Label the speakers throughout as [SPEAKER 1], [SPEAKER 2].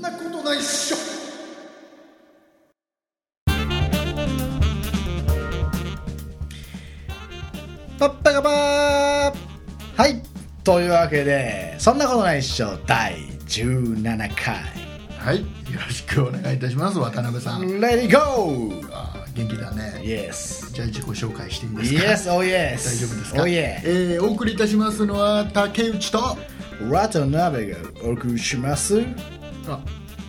[SPEAKER 1] 一緒パッパカパーはいというわけで「そんなことないっしょ」第17回
[SPEAKER 2] はい、よろしくお願いいたします、渡辺さん。
[SPEAKER 1] レディーゴー
[SPEAKER 2] あー元気だね。
[SPEAKER 1] イエス
[SPEAKER 2] じゃあ自己紹介していいです
[SPEAKER 1] イ
[SPEAKER 2] か。
[SPEAKER 1] エスおイエ
[SPEAKER 2] 大
[SPEAKER 1] ス
[SPEAKER 2] 丈夫ですか。
[SPEAKER 1] おイエ
[SPEAKER 2] えーお送りいたしますのは竹内と。
[SPEAKER 1] スラトナベがお送りしますジ
[SPEAKER 2] あ、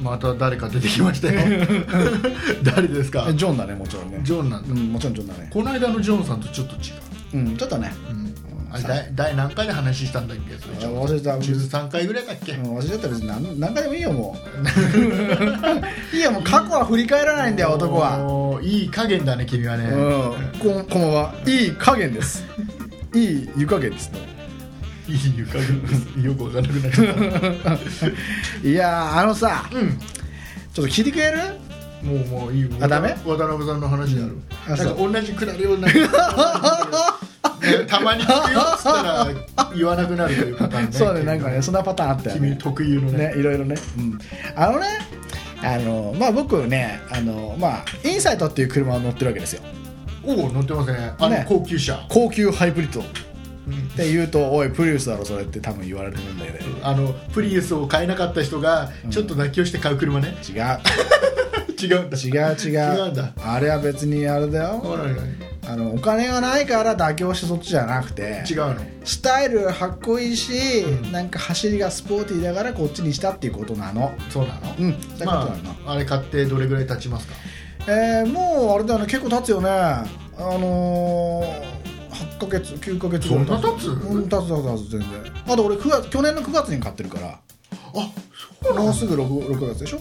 [SPEAKER 2] また誰か出てきましたよ。誰ですか。
[SPEAKER 1] ョンだねもちろんね
[SPEAKER 2] ジョンなんだ。
[SPEAKER 1] うんもちろんジョンだね
[SPEAKER 2] この間のジョンさんとちょっと違う。
[SPEAKER 1] うんちょっとね
[SPEAKER 2] うん、あれ第第何回で話したんだっけそれ
[SPEAKER 1] あ忘れた
[SPEAKER 2] 13回ぐらいだっけ、
[SPEAKER 1] うん忘れちゃったら別に何何回でもいいよも ういいよもう過去は振り返らないんだよ男は
[SPEAKER 2] おーいい加減だね君はね、
[SPEAKER 1] うんここんばんはいい加 減ですいい湯加減ですね
[SPEAKER 2] いい湯加減ですよくわかんなくなっちゃった
[SPEAKER 1] いやーあのさ
[SPEAKER 2] うん
[SPEAKER 1] ちょっと聞いて くれる
[SPEAKER 2] もうもういいよ
[SPEAKER 1] あダメ
[SPEAKER 2] 渡辺さんの話だろ、
[SPEAKER 1] あ
[SPEAKER 2] なん
[SPEAKER 1] そ
[SPEAKER 2] か同じくだりをなん かたまに聞くよっつったら言わなくなるというパターンね
[SPEAKER 1] そうねなんかねそんなパターンあったよ
[SPEAKER 2] 君
[SPEAKER 1] ね
[SPEAKER 2] 特有のね
[SPEAKER 1] ねいろいろね、うん、あのねあのまあ僕ねあのまあインサイトっていう車を乗ってるわけですよ
[SPEAKER 2] おお乗ってますねあの
[SPEAKER 1] ね
[SPEAKER 2] 高級車、
[SPEAKER 1] 高級ハイブリッドっ
[SPEAKER 2] うん
[SPEAKER 1] て言うと「おいプリウスだろそれ」って多分言われるんだけど違う
[SPEAKER 2] あのプリウスを買えなかった人がちょっと妥協して買う車ね、 違 うんだ
[SPEAKER 1] 違う違う
[SPEAKER 2] 違うんだ
[SPEAKER 1] あれは別にあれだよ
[SPEAKER 2] あららら
[SPEAKER 1] あのお金がないから妥協してそっちじゃなくて
[SPEAKER 2] 違うの
[SPEAKER 1] スタイルはかっこいいし、
[SPEAKER 2] うん
[SPEAKER 1] なんか走りがスポーティーだからこっちにしたっていうことなの
[SPEAKER 2] そうなの、
[SPEAKER 1] うんそういうことな
[SPEAKER 2] ま
[SPEAKER 1] の、
[SPEAKER 2] ああれ買ってどれぐらい経ちますか
[SPEAKER 1] えーもうあれだよね結構経つよねあのー、8ヶ月9ヶ月ぐらい
[SPEAKER 2] そんな経つ
[SPEAKER 1] うん経つ経つ経つ全然あと俺9月去年の9月に買ってるから
[SPEAKER 2] あそうな
[SPEAKER 1] も
[SPEAKER 2] の
[SPEAKER 1] うすぐ 6, 6ヶ月でしょ、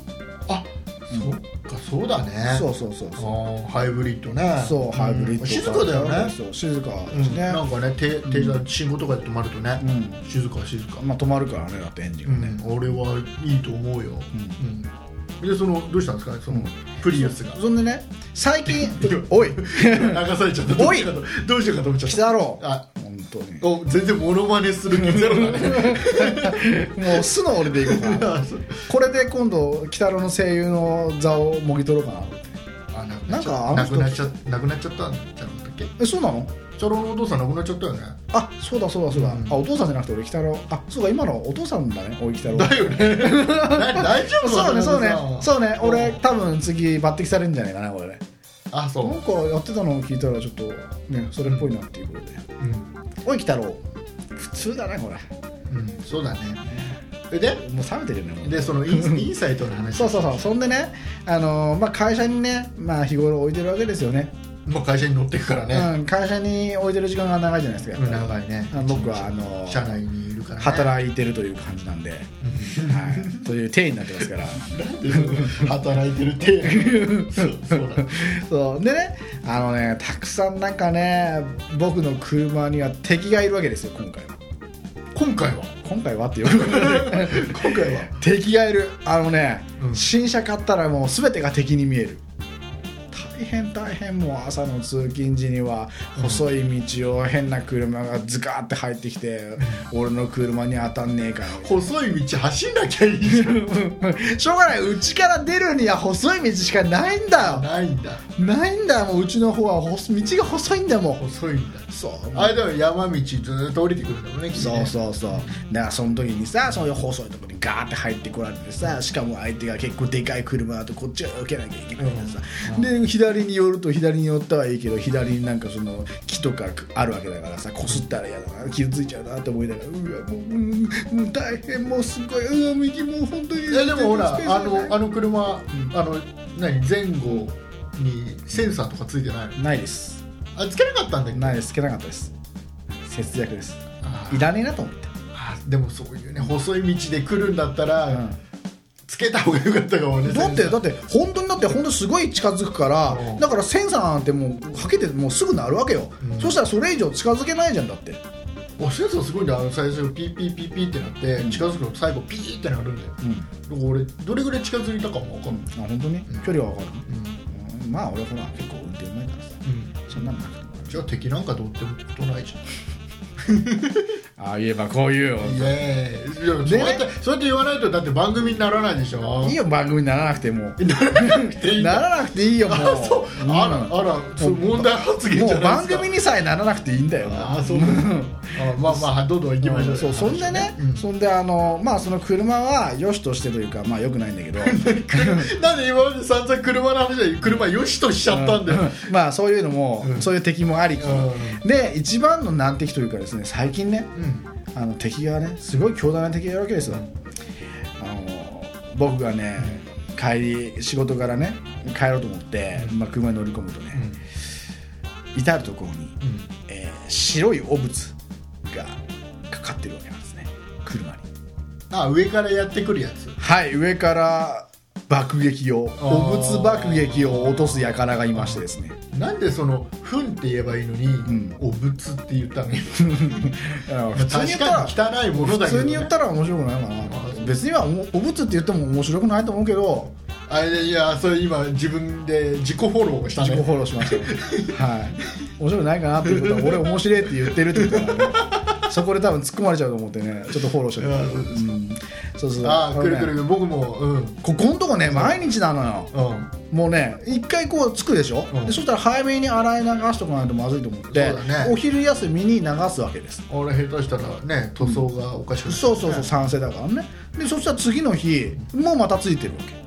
[SPEAKER 2] あそっかそうだね
[SPEAKER 1] そうそうそうそう
[SPEAKER 2] あーハイブリッドね
[SPEAKER 1] そう、ハイブリッド
[SPEAKER 2] うん静かだよね、
[SPEAKER 1] そう静かだし
[SPEAKER 2] うん
[SPEAKER 1] ね、
[SPEAKER 2] なんかね停停車信号とかで止まるとね、
[SPEAKER 1] う
[SPEAKER 2] 静か静か、
[SPEAKER 1] まあ止まるからねだってエンジンがね、
[SPEAKER 2] うん俺はいいと思うよ、うんでそのどうしたんですかその、
[SPEAKER 1] うん
[SPEAKER 2] プリウスが
[SPEAKER 1] そんでね最近おい
[SPEAKER 2] 流されちゃった
[SPEAKER 1] おい
[SPEAKER 2] どうしたかとどうしたかと思っちゃっ
[SPEAKER 1] 来
[SPEAKER 2] た
[SPEAKER 1] たろ
[SPEAKER 2] あ
[SPEAKER 1] 本当に
[SPEAKER 2] お全然モノマネする気ゼロだ ね
[SPEAKER 1] もう素の俺でいこうかな
[SPEAKER 2] あそう
[SPEAKER 1] これで今度鬼太郎の声優の座をもぎ取ろうかな
[SPEAKER 2] あなくな
[SPEAKER 1] な
[SPEAKER 2] んっち
[SPEAKER 1] か
[SPEAKER 2] ゃ
[SPEAKER 1] あの
[SPEAKER 2] な
[SPEAKER 1] 人
[SPEAKER 2] くなっちゃなくなっちゃったんじゃなかったっけ
[SPEAKER 1] えそうなの
[SPEAKER 2] チャロのお父さん亡くなっちゃったよね
[SPEAKER 1] あそうだそうだそうだ、
[SPEAKER 2] うん
[SPEAKER 1] あお父さんじゃなくて俺鬼太郎あそうか今のお父さんだね俺鬼太郎
[SPEAKER 2] だよねな大丈夫
[SPEAKER 1] そうねそうねそうね
[SPEAKER 2] うん
[SPEAKER 1] 俺多分次抜擢されるんじゃないかな俺ね
[SPEAKER 2] あそう、
[SPEAKER 1] なんかやってたのを聞いたらちょっとねそれっぽいなっていうことで、おい鬼太郎普通だねこれ
[SPEAKER 2] うん、うん、そうだねで
[SPEAKER 1] もう冷めてるよねもう
[SPEAKER 2] でそのイン インサイトの話
[SPEAKER 1] そうそうそうそんでね、あのーまあ、会社にね、まあ、日頃置いてるわけですよね
[SPEAKER 2] もう会社に乗ってくからね、
[SPEAKER 1] うん、会社に置いてる時間が長いじゃないですかやっぱり
[SPEAKER 2] 長いね
[SPEAKER 1] あ僕はあの
[SPEAKER 2] 社内にいるから、ね、
[SPEAKER 1] 働いてるという感じなんで、はい、という体になってますから
[SPEAKER 2] 働いてるってそうそうだ
[SPEAKER 1] そうでねあのねたくさんなんかね僕の車には敵がいるわけですよ今回は
[SPEAKER 2] 今回は
[SPEAKER 1] 今回はってよく
[SPEAKER 2] 今回は
[SPEAKER 1] 敵がいるあのね、
[SPEAKER 2] うん
[SPEAKER 1] 新車買ったらもう全てが敵に見える大変大変もう朝の通勤時には細い道を変な車がズカーって入ってきて、俺の車に当たんねえから
[SPEAKER 2] 細い道走んなきゃいいじゃん
[SPEAKER 1] しょうがないうちから出るには細い道しかないんだ
[SPEAKER 2] ないんだ
[SPEAKER 1] よないんだよもううちの方はほす道が細いんだもん
[SPEAKER 2] 細いんだ
[SPEAKER 1] そう
[SPEAKER 2] あれだよ山道ずーっと降りてくるんだもんね君
[SPEAKER 1] そ
[SPEAKER 2] ね
[SPEAKER 1] うそうそうだからその時にさそういう細いところにガーって入ってこられてさしかも相手が結構でかい車だとこっちは避けなきゃいけないからさ、で左に寄ると左に寄ったはいいけど左になんかその木とかあるわけだからさこすったら嫌だな傷ついちゃうなって思いながらうわもう,、うん、もう大変もうすごいうわ右もう本当に
[SPEAKER 2] いやでもほら
[SPEAKER 1] スペースが
[SPEAKER 2] あ
[SPEAKER 1] ない
[SPEAKER 2] のあの車、あの何前後にセンサーとかついてないの
[SPEAKER 1] ないです
[SPEAKER 2] あつけなかったんだっけど
[SPEAKER 1] ないですつけなかったです節約です
[SPEAKER 2] あ
[SPEAKER 1] いらねえなと思って
[SPEAKER 2] あでもそういうね細い道で来るんだったら、
[SPEAKER 1] うん
[SPEAKER 2] つけた方がよかったかもね
[SPEAKER 1] だって
[SPEAKER 2] セン
[SPEAKER 1] だ
[SPEAKER 2] サ
[SPEAKER 1] っ
[SPEAKER 2] ー
[SPEAKER 1] て本当にだって本当すごい近づくから、
[SPEAKER 2] うん
[SPEAKER 1] だからセンサーなんてもうはけてもうすぐなるわけよ、
[SPEAKER 2] うん
[SPEAKER 1] そしたらそれ以上近づけないじゃんだって
[SPEAKER 2] あセンサーすごいんだよあの最初ピーピーピーピーってなって、
[SPEAKER 1] うん
[SPEAKER 2] 近づくの最後ピーってなるんだよ
[SPEAKER 1] うん、
[SPEAKER 2] だから俺どれぐらい近づいたかも分かんない、
[SPEAKER 1] あ本当に距離は分かる、
[SPEAKER 2] うん
[SPEAKER 1] うんまあ俺ほら結構運転うまいからさ
[SPEAKER 2] うん
[SPEAKER 1] そんなのなくても
[SPEAKER 2] じゃあ敵なんかどうってことないじゃん
[SPEAKER 1] ああ言えばこう いう
[SPEAKER 2] い
[SPEAKER 1] 本
[SPEAKER 2] やいやそうやってそうやって言わないとだって番組にならないでしょ
[SPEAKER 1] 当いいよ番組にならなくても
[SPEAKER 2] いいんだ
[SPEAKER 1] ならなくていいよもう
[SPEAKER 2] あそう
[SPEAKER 1] うん
[SPEAKER 2] あらあらそう問題発言じ
[SPEAKER 1] も
[SPEAKER 2] ゃ
[SPEAKER 1] う
[SPEAKER 2] ない
[SPEAKER 1] 番
[SPEAKER 2] ですか
[SPEAKER 1] 組にさえならなくていいんだよ
[SPEAKER 2] あそうあまあまあどんどん行きましょう
[SPEAKER 1] そうそんでね、
[SPEAKER 2] うん
[SPEAKER 1] そんであのまあその車は良しとしてというかまあ良くない んだけど
[SPEAKER 2] なんで今まで散々車の話で車よしとしちゃったんだよ、
[SPEAKER 1] まあそういうのも、
[SPEAKER 2] うん
[SPEAKER 1] そういう敵もありき、
[SPEAKER 2] う
[SPEAKER 1] で一番の難敵というかですね最近ね
[SPEAKER 2] うん
[SPEAKER 1] あの敵がねすごい強大な敵がいるわけですよ、あの僕がね帰り仕事からね帰ろうと思って、まあ、車に乗り込むとね、至る所に、えー白い汚物がかかってるわけなんですね車に
[SPEAKER 2] あ上からやってくるやつ
[SPEAKER 1] はい上から爆撃を汚物爆撃を落とす輩がいましてですね
[SPEAKER 2] なんでその「ふん」って言えばいいのに
[SPEAKER 1] ん
[SPEAKER 2] 「おぶつ」って言っ たの
[SPEAKER 1] あの普
[SPEAKER 2] 確
[SPEAKER 1] 通に言ったら
[SPEAKER 2] かに汚いものだけど、
[SPEAKER 1] 普
[SPEAKER 2] ね、
[SPEAKER 1] 通に言ったら面白くないかな別にはお物って言っても面白くないと思うけど
[SPEAKER 2] あれいやそれ今自分で自己フォローをした
[SPEAKER 1] 自己
[SPEAKER 2] ね
[SPEAKER 1] フォローし ましたはい面白くないかなっていうことは俺面白いって言ってるってことだからねそこで多分突っ込まれちゃうと思ってねちょっとフォローしてる、うん、そうそう
[SPEAKER 2] あ
[SPEAKER 1] こ
[SPEAKER 2] くる
[SPEAKER 1] れね
[SPEAKER 2] くるくる僕もうんうん
[SPEAKER 1] ここんとこね毎日なのよもうね一回こうつくでしょ、
[SPEAKER 2] うん
[SPEAKER 1] でそしたら早めに洗い流しとかないとまずいと思って、
[SPEAKER 2] そうだね
[SPEAKER 1] お昼休みに流すわけです
[SPEAKER 2] 俺下手したらね塗装がおかしくなる
[SPEAKER 1] そうそうそう賛成だからねでそしたら次の日もうまたついてるわけ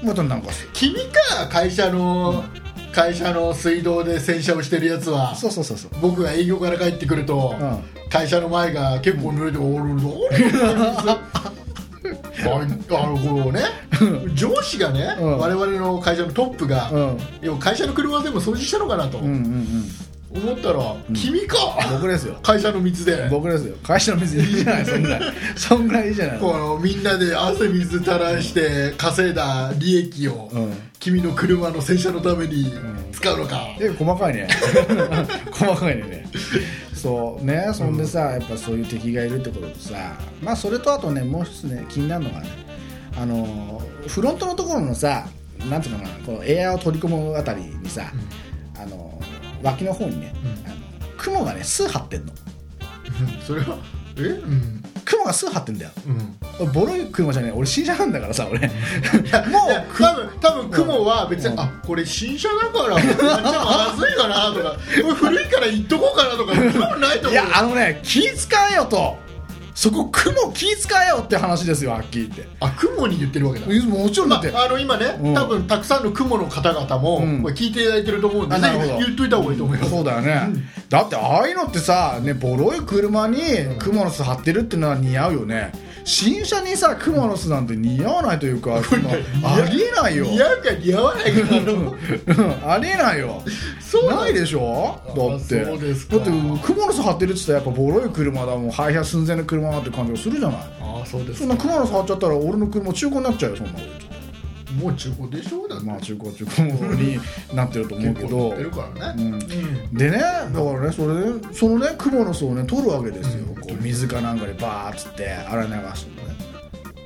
[SPEAKER 1] またなんか
[SPEAKER 2] 君か会社の、会社の水道で洗車をしてるやつは
[SPEAKER 1] そうそうそうそう
[SPEAKER 2] 僕が営業から帰ってくると、
[SPEAKER 1] う
[SPEAKER 2] 会社の前が結構濡れて「おるぞ」 ああのこうね上司がね、
[SPEAKER 1] うん
[SPEAKER 2] 我々の会社のトップが、
[SPEAKER 1] うん
[SPEAKER 2] いや会社の車でも掃除したのかなと
[SPEAKER 1] うんうん
[SPEAKER 2] 思
[SPEAKER 1] うん
[SPEAKER 2] ったら、君か
[SPEAKER 1] 僕ですよ
[SPEAKER 2] 会社の水で
[SPEAKER 1] 僕ですよ会社の水いいじゃないそんぐらいそんぐらいいいじゃない
[SPEAKER 2] このみんなで汗水垂らして稼いだ利益を、
[SPEAKER 1] うん
[SPEAKER 2] 君の車の洗車のために使うのか、
[SPEAKER 1] え細かいね 細かいねそうねそんでさ、やっぱそういう敵がいるってこととさまあそれとあとねもう一つね気になるのがねあのフロントのところのさなんていうのかなこのエアを取り込むあたりにさ、あの脇の方にね、
[SPEAKER 2] うん
[SPEAKER 1] あの雲がね巣張ってんの
[SPEAKER 2] うんそれはえうん
[SPEAKER 1] 雲が巣張ってんだよ
[SPEAKER 2] うん
[SPEAKER 1] ボロい車じゃねえ俺新車なんだからさ俺も
[SPEAKER 2] いうや多分多分雲は別に、
[SPEAKER 1] うん
[SPEAKER 2] あこれ新車だからやっちゃまずいかなとかこれ古いから言っとこうかなとか多分ないと
[SPEAKER 1] い
[SPEAKER 2] 思う
[SPEAKER 1] やあのね気使えよとそこ雲気使えよって話ですよはっきり言って
[SPEAKER 2] あ雲に言ってるわけだ、
[SPEAKER 1] もちろんだ
[SPEAKER 2] ま
[SPEAKER 1] って、
[SPEAKER 2] あ、あの今ね、
[SPEAKER 1] うん
[SPEAKER 2] 多分たくさんの雲の方々も、
[SPEAKER 1] うん
[SPEAKER 2] これ聞いていただいてると思うんで
[SPEAKER 1] あなるほど
[SPEAKER 2] 言っといた方がいいと思います、
[SPEAKER 1] そうだよね、だってああいうのってさ、ね、ボロい車に雲の巣張ってるってのは似合うよね新車にさ雲の巣なんて似合わないというか、そんなありえないよ
[SPEAKER 2] 似合うか似合わないかの
[SPEAKER 1] うんありえないよ
[SPEAKER 2] そう
[SPEAKER 1] ないでしょ
[SPEAKER 2] あ
[SPEAKER 1] だって
[SPEAKER 2] そうです
[SPEAKER 1] だ
[SPEAKER 2] か
[SPEAKER 1] って雲の巣張ってるって言ったらやっぱボロい車だもん廃車寸前の車だって感じがするじゃない
[SPEAKER 2] ああそうで
[SPEAKER 1] そ
[SPEAKER 2] す
[SPEAKER 1] んな雲の巣張っちゃったら俺の車中古になっちゃうよそんなこと
[SPEAKER 2] もう中古でしょだって、
[SPEAKER 1] まあ中古は中古になってると思うけ
[SPEAKER 2] 結構
[SPEAKER 1] ど
[SPEAKER 2] 乗ってるから
[SPEAKER 1] う
[SPEAKER 2] ね、
[SPEAKER 1] んでねだからねそれでそのね雲の巣をね取るわけですよ、こう水かなんかでバーッつって洗い流すのね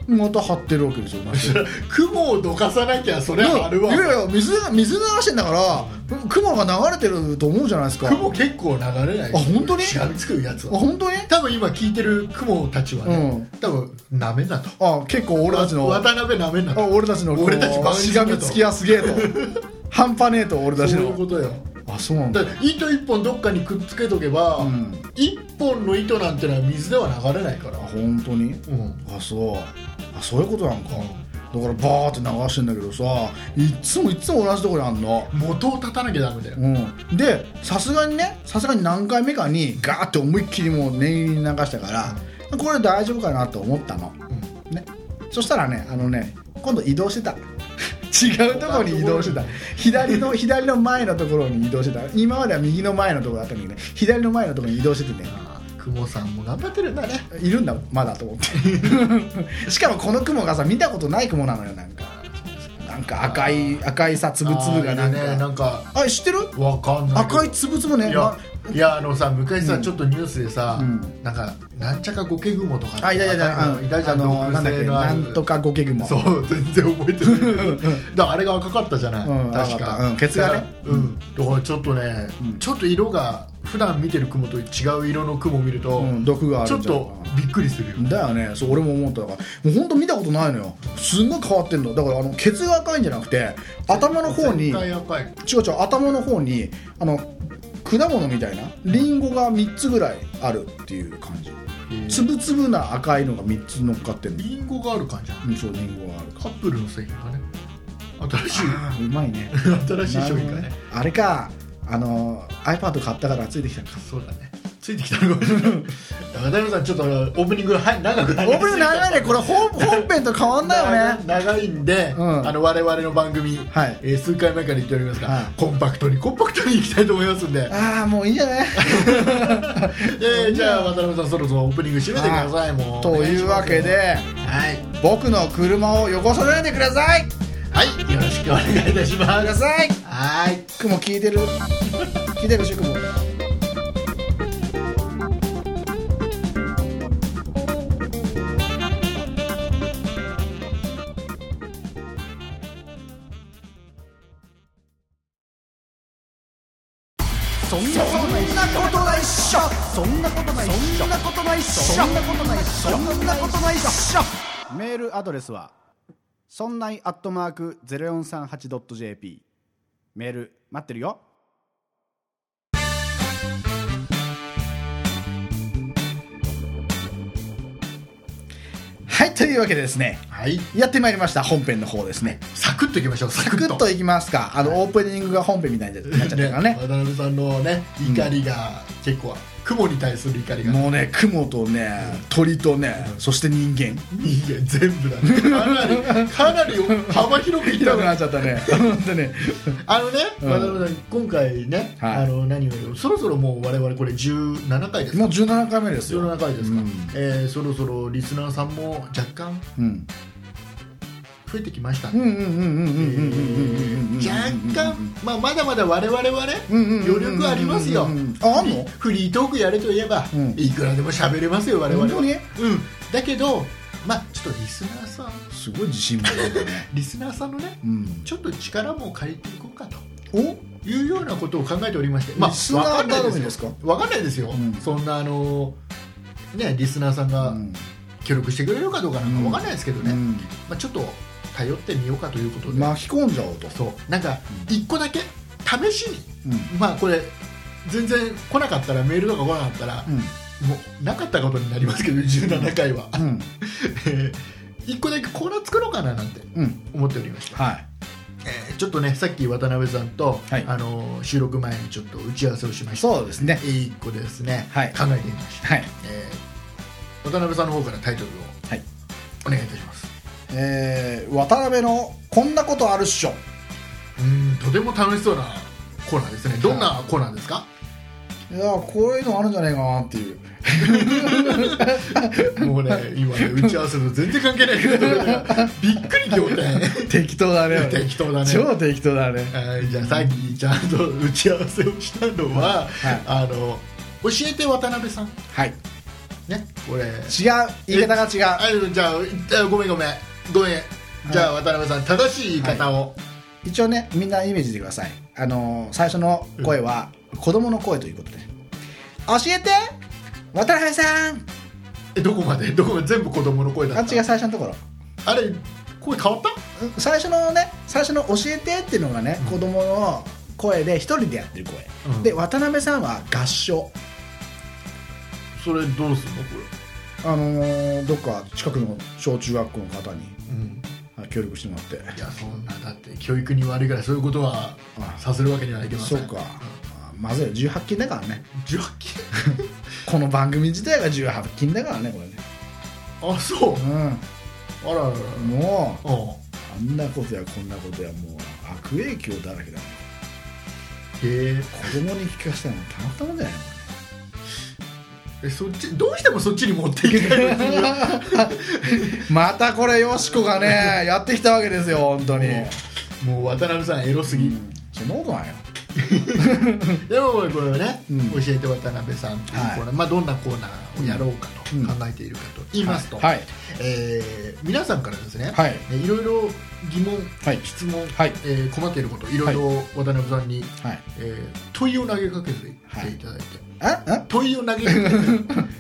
[SPEAKER 1] また張ってるわけですよ同 じように
[SPEAKER 2] 雲をどかさなきゃそれはあるわ
[SPEAKER 1] いやいやいや水が水流してんだから雲が流れてると思うじゃないですか
[SPEAKER 2] 雲結構流れない
[SPEAKER 1] あ本当に
[SPEAKER 2] しがみつくやつ
[SPEAKER 1] あ
[SPEAKER 2] は
[SPEAKER 1] 本当に
[SPEAKER 2] 多分今聞いてる雲たちはね、
[SPEAKER 1] うん
[SPEAKER 2] 多分なめんなと
[SPEAKER 1] あ結構俺たちの
[SPEAKER 2] 渡辺なめんな
[SPEAKER 1] あ
[SPEAKER 2] と
[SPEAKER 1] 俺たちのこう
[SPEAKER 2] 俺たち番組
[SPEAKER 1] しがみつきはすげえと半端ねえと俺たち
[SPEAKER 2] そういう
[SPEAKER 1] の
[SPEAKER 2] ことよ
[SPEAKER 1] あそうなんだ
[SPEAKER 2] だから糸一本どっかにくっつけとけば
[SPEAKER 1] うん
[SPEAKER 2] 一、本の糸なんてのは水では流れないから
[SPEAKER 1] あ、本当に
[SPEAKER 2] うん、
[SPEAKER 1] あそうあそういうことなんか、だからバーって流してんだけどさいっつもいっつも同じとこにあんの
[SPEAKER 2] 元を立たなきゃダメだよ、
[SPEAKER 1] うんでさすがにねさすがに何回目かにガーって思いっきりもう念入りに流したからこれ大丈夫かなと思ったの、ねそしたらねあのね今度移動してた 違うところに移動してた左の左の前のところに移動してた今までは右の前のところだったんだけどね左の前のところに移動しててね
[SPEAKER 2] ああ雲さんも頑張ってるんだね
[SPEAKER 1] いるんだまだと思って しかもこの雲がさ見たことない雲なのよなんかなんか赤い赤いさつぶつぶが
[SPEAKER 2] ああ
[SPEAKER 1] なん
[SPEAKER 2] いいね
[SPEAKER 1] か
[SPEAKER 2] なんか
[SPEAKER 1] あ知ってる
[SPEAKER 2] わかんないけど
[SPEAKER 1] 赤いつぶつぶね
[SPEAKER 2] い
[SPEAKER 1] ま
[SPEAKER 2] やいやあのさ昔さ、
[SPEAKER 1] うん
[SPEAKER 2] ちょっとニュースでさ、
[SPEAKER 1] うん
[SPEAKER 2] なんかなんちゃかゴケグモとか
[SPEAKER 1] あいやいやいやあ
[SPEAKER 2] あのいたじゃん
[SPEAKER 1] のなんだっ
[SPEAKER 2] 毒性
[SPEAKER 1] け
[SPEAKER 2] のあ
[SPEAKER 1] な
[SPEAKER 2] る
[SPEAKER 1] んとかゴケグモ
[SPEAKER 2] そう全然覚え てないだからあれが赤かったじゃない、
[SPEAKER 1] うん
[SPEAKER 2] 確
[SPEAKER 1] 赤かっ
[SPEAKER 2] か、
[SPEAKER 1] たうんケツがね
[SPEAKER 2] だからうんだからちょっとね、ちょっと色が普段見てる雲と違う色の雲を見ると、
[SPEAKER 1] うん、毒があ
[SPEAKER 2] ち
[SPEAKER 1] る
[SPEAKER 2] ょ
[SPEAKER 1] ん
[SPEAKER 2] っ
[SPEAKER 1] じゃない
[SPEAKER 2] とびっくりするよ、
[SPEAKER 1] だよねそう俺も思っただからもうほんと見たことないのよすんごい変わってんのだからあのケツが赤いんじゃなくて頭の方に違
[SPEAKER 2] 絶
[SPEAKER 1] う違
[SPEAKER 2] 対赤いう
[SPEAKER 1] 頭の方にあの果物みたいなリンゴが3つぐらいあるっていう感じつぶつぶな赤いのが3つ乗っかってんの
[SPEAKER 2] リンゴがある感じなの
[SPEAKER 1] うんそうリンゴがあるか
[SPEAKER 2] カップルの製品だね新しい
[SPEAKER 1] あーうまいね
[SPEAKER 2] 新しい商品
[SPEAKER 1] な
[SPEAKER 2] が
[SPEAKER 1] るほど
[SPEAKER 2] ね
[SPEAKER 1] ねあれかあの iPad 買ったからついてきたか
[SPEAKER 2] そうだねついてきたのかもしれない 中谷さんちょっとオープニングはい長くなり
[SPEAKER 1] オ
[SPEAKER 2] す
[SPEAKER 1] ー
[SPEAKER 2] ぎ
[SPEAKER 1] プニング長いねこれ本本編と変わんないよね
[SPEAKER 2] 長長いんで、
[SPEAKER 1] うん
[SPEAKER 2] あの我々の番組、
[SPEAKER 1] はい
[SPEAKER 2] えー数回前から言っておりますが、
[SPEAKER 1] はい
[SPEAKER 2] コンパクトにコンパクトにいきたいと思いますんで、
[SPEAKER 1] ああもういいんじ ゃない
[SPEAKER 2] えーじゃあ渡辺さんそろそろオープニング締めてくださいもう
[SPEAKER 1] というわけで
[SPEAKER 2] はい、
[SPEAKER 1] 僕の車を汚さないでください
[SPEAKER 2] はい、よろしくお願いいたしま
[SPEAKER 1] くだ
[SPEAKER 2] す
[SPEAKER 1] さい
[SPEAKER 2] はい
[SPEAKER 1] 雲聞いてる聞いてるし雲そんなことないっしょそんなことないっしょそんなことないっしょそんなことないっしょそんなことないっしょメールアドレスはそんないアットマーク 0438.jp メール待ってるよはいというわけでですね
[SPEAKER 2] はい
[SPEAKER 1] やってまいりました本編の方ですね
[SPEAKER 2] サクッといきましょうサ
[SPEAKER 1] サ
[SPEAKER 2] ク
[SPEAKER 1] ク
[SPEAKER 2] ッ
[SPEAKER 1] ッ
[SPEAKER 2] と
[SPEAKER 1] といきますかあのオープニングが本編みたいになっちゃったから
[SPEAKER 2] ね
[SPEAKER 1] ね
[SPEAKER 2] 渡辺さんのね怒りが、結構雲に対する怒りが
[SPEAKER 1] もうね雲とね鳥とねそして人間
[SPEAKER 2] 人間全部だねかなりかなり幅広くいった
[SPEAKER 1] 広く
[SPEAKER 2] ね
[SPEAKER 1] なっちゃったねほんとね
[SPEAKER 2] あのね、
[SPEAKER 1] うん
[SPEAKER 2] 渡辺さん今回ね、
[SPEAKER 1] はい
[SPEAKER 2] あの何よりもそろそろもう我々これ17回ですか
[SPEAKER 1] もう17回目ですよ
[SPEAKER 2] 17回ですか、
[SPEAKER 1] うん
[SPEAKER 2] えーそろそろリスナーさんも若干
[SPEAKER 1] うん
[SPEAKER 2] 増えてきました
[SPEAKER 1] うん
[SPEAKER 2] ね、
[SPEAKER 1] うんうんうんうんうんうんうんうんうんうんうんうん
[SPEAKER 2] 若干、まあ、まだまだ我々はね、
[SPEAKER 1] うんうんうんうんうん
[SPEAKER 2] 余力ありますよ、
[SPEAKER 1] うんうんうんああんの
[SPEAKER 2] フリートークやれといえば、
[SPEAKER 1] うん
[SPEAKER 2] いくらでも喋れますよ我々は
[SPEAKER 1] 本当に
[SPEAKER 2] うん、だけどまあちょっとリスナーさん
[SPEAKER 1] すごい自信満々だね
[SPEAKER 2] リスナーさんのね
[SPEAKER 1] うん
[SPEAKER 2] ちょっと力も借りていこうかと
[SPEAKER 1] お
[SPEAKER 2] いうようなことを考えておりまして、ま
[SPEAKER 1] リスナー
[SPEAKER 2] わない
[SPEAKER 1] 頼みですか
[SPEAKER 2] わかんないですよ、
[SPEAKER 1] うん
[SPEAKER 2] そんなあのねリスナーさん
[SPEAKER 1] う
[SPEAKER 2] が
[SPEAKER 1] ん
[SPEAKER 2] 協力してくれるかどうかなんかわかんないですけどね、
[SPEAKER 1] うん
[SPEAKER 2] まあ、ちょっと頼ってみようかということで、
[SPEAKER 1] 巻き込んじゃおうと
[SPEAKER 2] そうなんか一個だけ試しに
[SPEAKER 1] うん
[SPEAKER 2] まあこれ全然来なかったらメールとか来なかったら、もうなかったことになりますけど17回は、
[SPEAKER 1] うんうん
[SPEAKER 2] えー一個だけコーナー作ろうかななんて
[SPEAKER 1] うん
[SPEAKER 2] 思っておりました、
[SPEAKER 1] はい
[SPEAKER 2] えーちょっとねさっき渡辺さんと、
[SPEAKER 1] はい
[SPEAKER 2] あのー収録前にちょっと打ち合わせをしました
[SPEAKER 1] そうですね
[SPEAKER 2] 一個ですね、
[SPEAKER 1] はい
[SPEAKER 2] 考えてみました、
[SPEAKER 1] はい
[SPEAKER 2] えー渡辺さんの方からタイトルを
[SPEAKER 1] はい
[SPEAKER 2] お願いいたします
[SPEAKER 1] えー渡辺のこんなことあるっしょ
[SPEAKER 2] うんとても楽しそうなコーナーですねどんなコーナーですか、
[SPEAKER 1] いやこういうのあるんじゃないかなっていう
[SPEAKER 2] もうね今ね打ち合わせと全然関係ないけどびっくり仰天
[SPEAKER 1] 適当だね俺
[SPEAKER 2] 適当だね
[SPEAKER 1] 超適当だね
[SPEAKER 2] はいじゃあさっきちゃんと打ち合わせをしたのは、
[SPEAKER 1] はい
[SPEAKER 2] あの教えて渡辺さん
[SPEAKER 1] はい違う
[SPEAKER 2] ねこれ
[SPEAKER 1] 言い方が違う
[SPEAKER 2] あじゃああごめんごめんごめんじゃあ渡辺さん正しい言い方を、
[SPEAKER 1] 一応ねみんなイメージしてくださいあのー最初の声は子供の声ということで教えて渡辺さん
[SPEAKER 2] えどこまでどこまで全部子供の声だ
[SPEAKER 1] あ
[SPEAKER 2] っ
[SPEAKER 1] っちが
[SPEAKER 2] た
[SPEAKER 1] 最初のところ
[SPEAKER 2] あれ声変わった
[SPEAKER 1] うん最初のね最初の「教えて」っていうのがね、子供の声で一人でやってる声、
[SPEAKER 2] うん
[SPEAKER 1] で渡辺さんは合唱
[SPEAKER 2] それどうすんのこ
[SPEAKER 1] あのーどっか近くの小中学校の方に
[SPEAKER 2] れうん
[SPEAKER 1] あ協力してもらって
[SPEAKER 2] いやそんなだって教育に悪いからそういうことは
[SPEAKER 1] あ
[SPEAKER 2] させるわけにはいきませ
[SPEAKER 1] そ
[SPEAKER 2] ん
[SPEAKER 1] うか、あまずいよ18禁だからね
[SPEAKER 2] 受験
[SPEAKER 1] この番組自体が18禁だからねこれね
[SPEAKER 2] あそうあららら
[SPEAKER 1] うんもう
[SPEAKER 2] うん
[SPEAKER 1] あんなことやこんなことやもう悪影響だらけだね
[SPEAKER 2] へえ
[SPEAKER 1] 子供に聞かせたのたまったもんじゃないの
[SPEAKER 2] えそっちどうしてもそっちに持っていきたいの君は
[SPEAKER 1] またこれよしこが ねやってきたわけですよ本当に
[SPEAKER 2] もう渡辺さんエロすぎ、
[SPEAKER 1] うんそんなことないよ
[SPEAKER 2] でもこれはね、
[SPEAKER 1] うん
[SPEAKER 2] 教えて渡辺さんっていうコーナー、まあどんなコーナーをやろうかと、
[SPEAKER 1] うん
[SPEAKER 2] 考えているかと言いますと、
[SPEAKER 1] はい
[SPEAKER 2] えー皆さんからですね、
[SPEAKER 1] はい
[SPEAKER 2] えーいろいろ疑問、
[SPEAKER 1] はい
[SPEAKER 2] 質問、
[SPEAKER 1] はい
[SPEAKER 2] えー困っていることいろいろ渡辺さんに、
[SPEAKER 1] はい
[SPEAKER 2] えー問いを投げかけていただいて、
[SPEAKER 1] ああ
[SPEAKER 2] 問いを投げかけて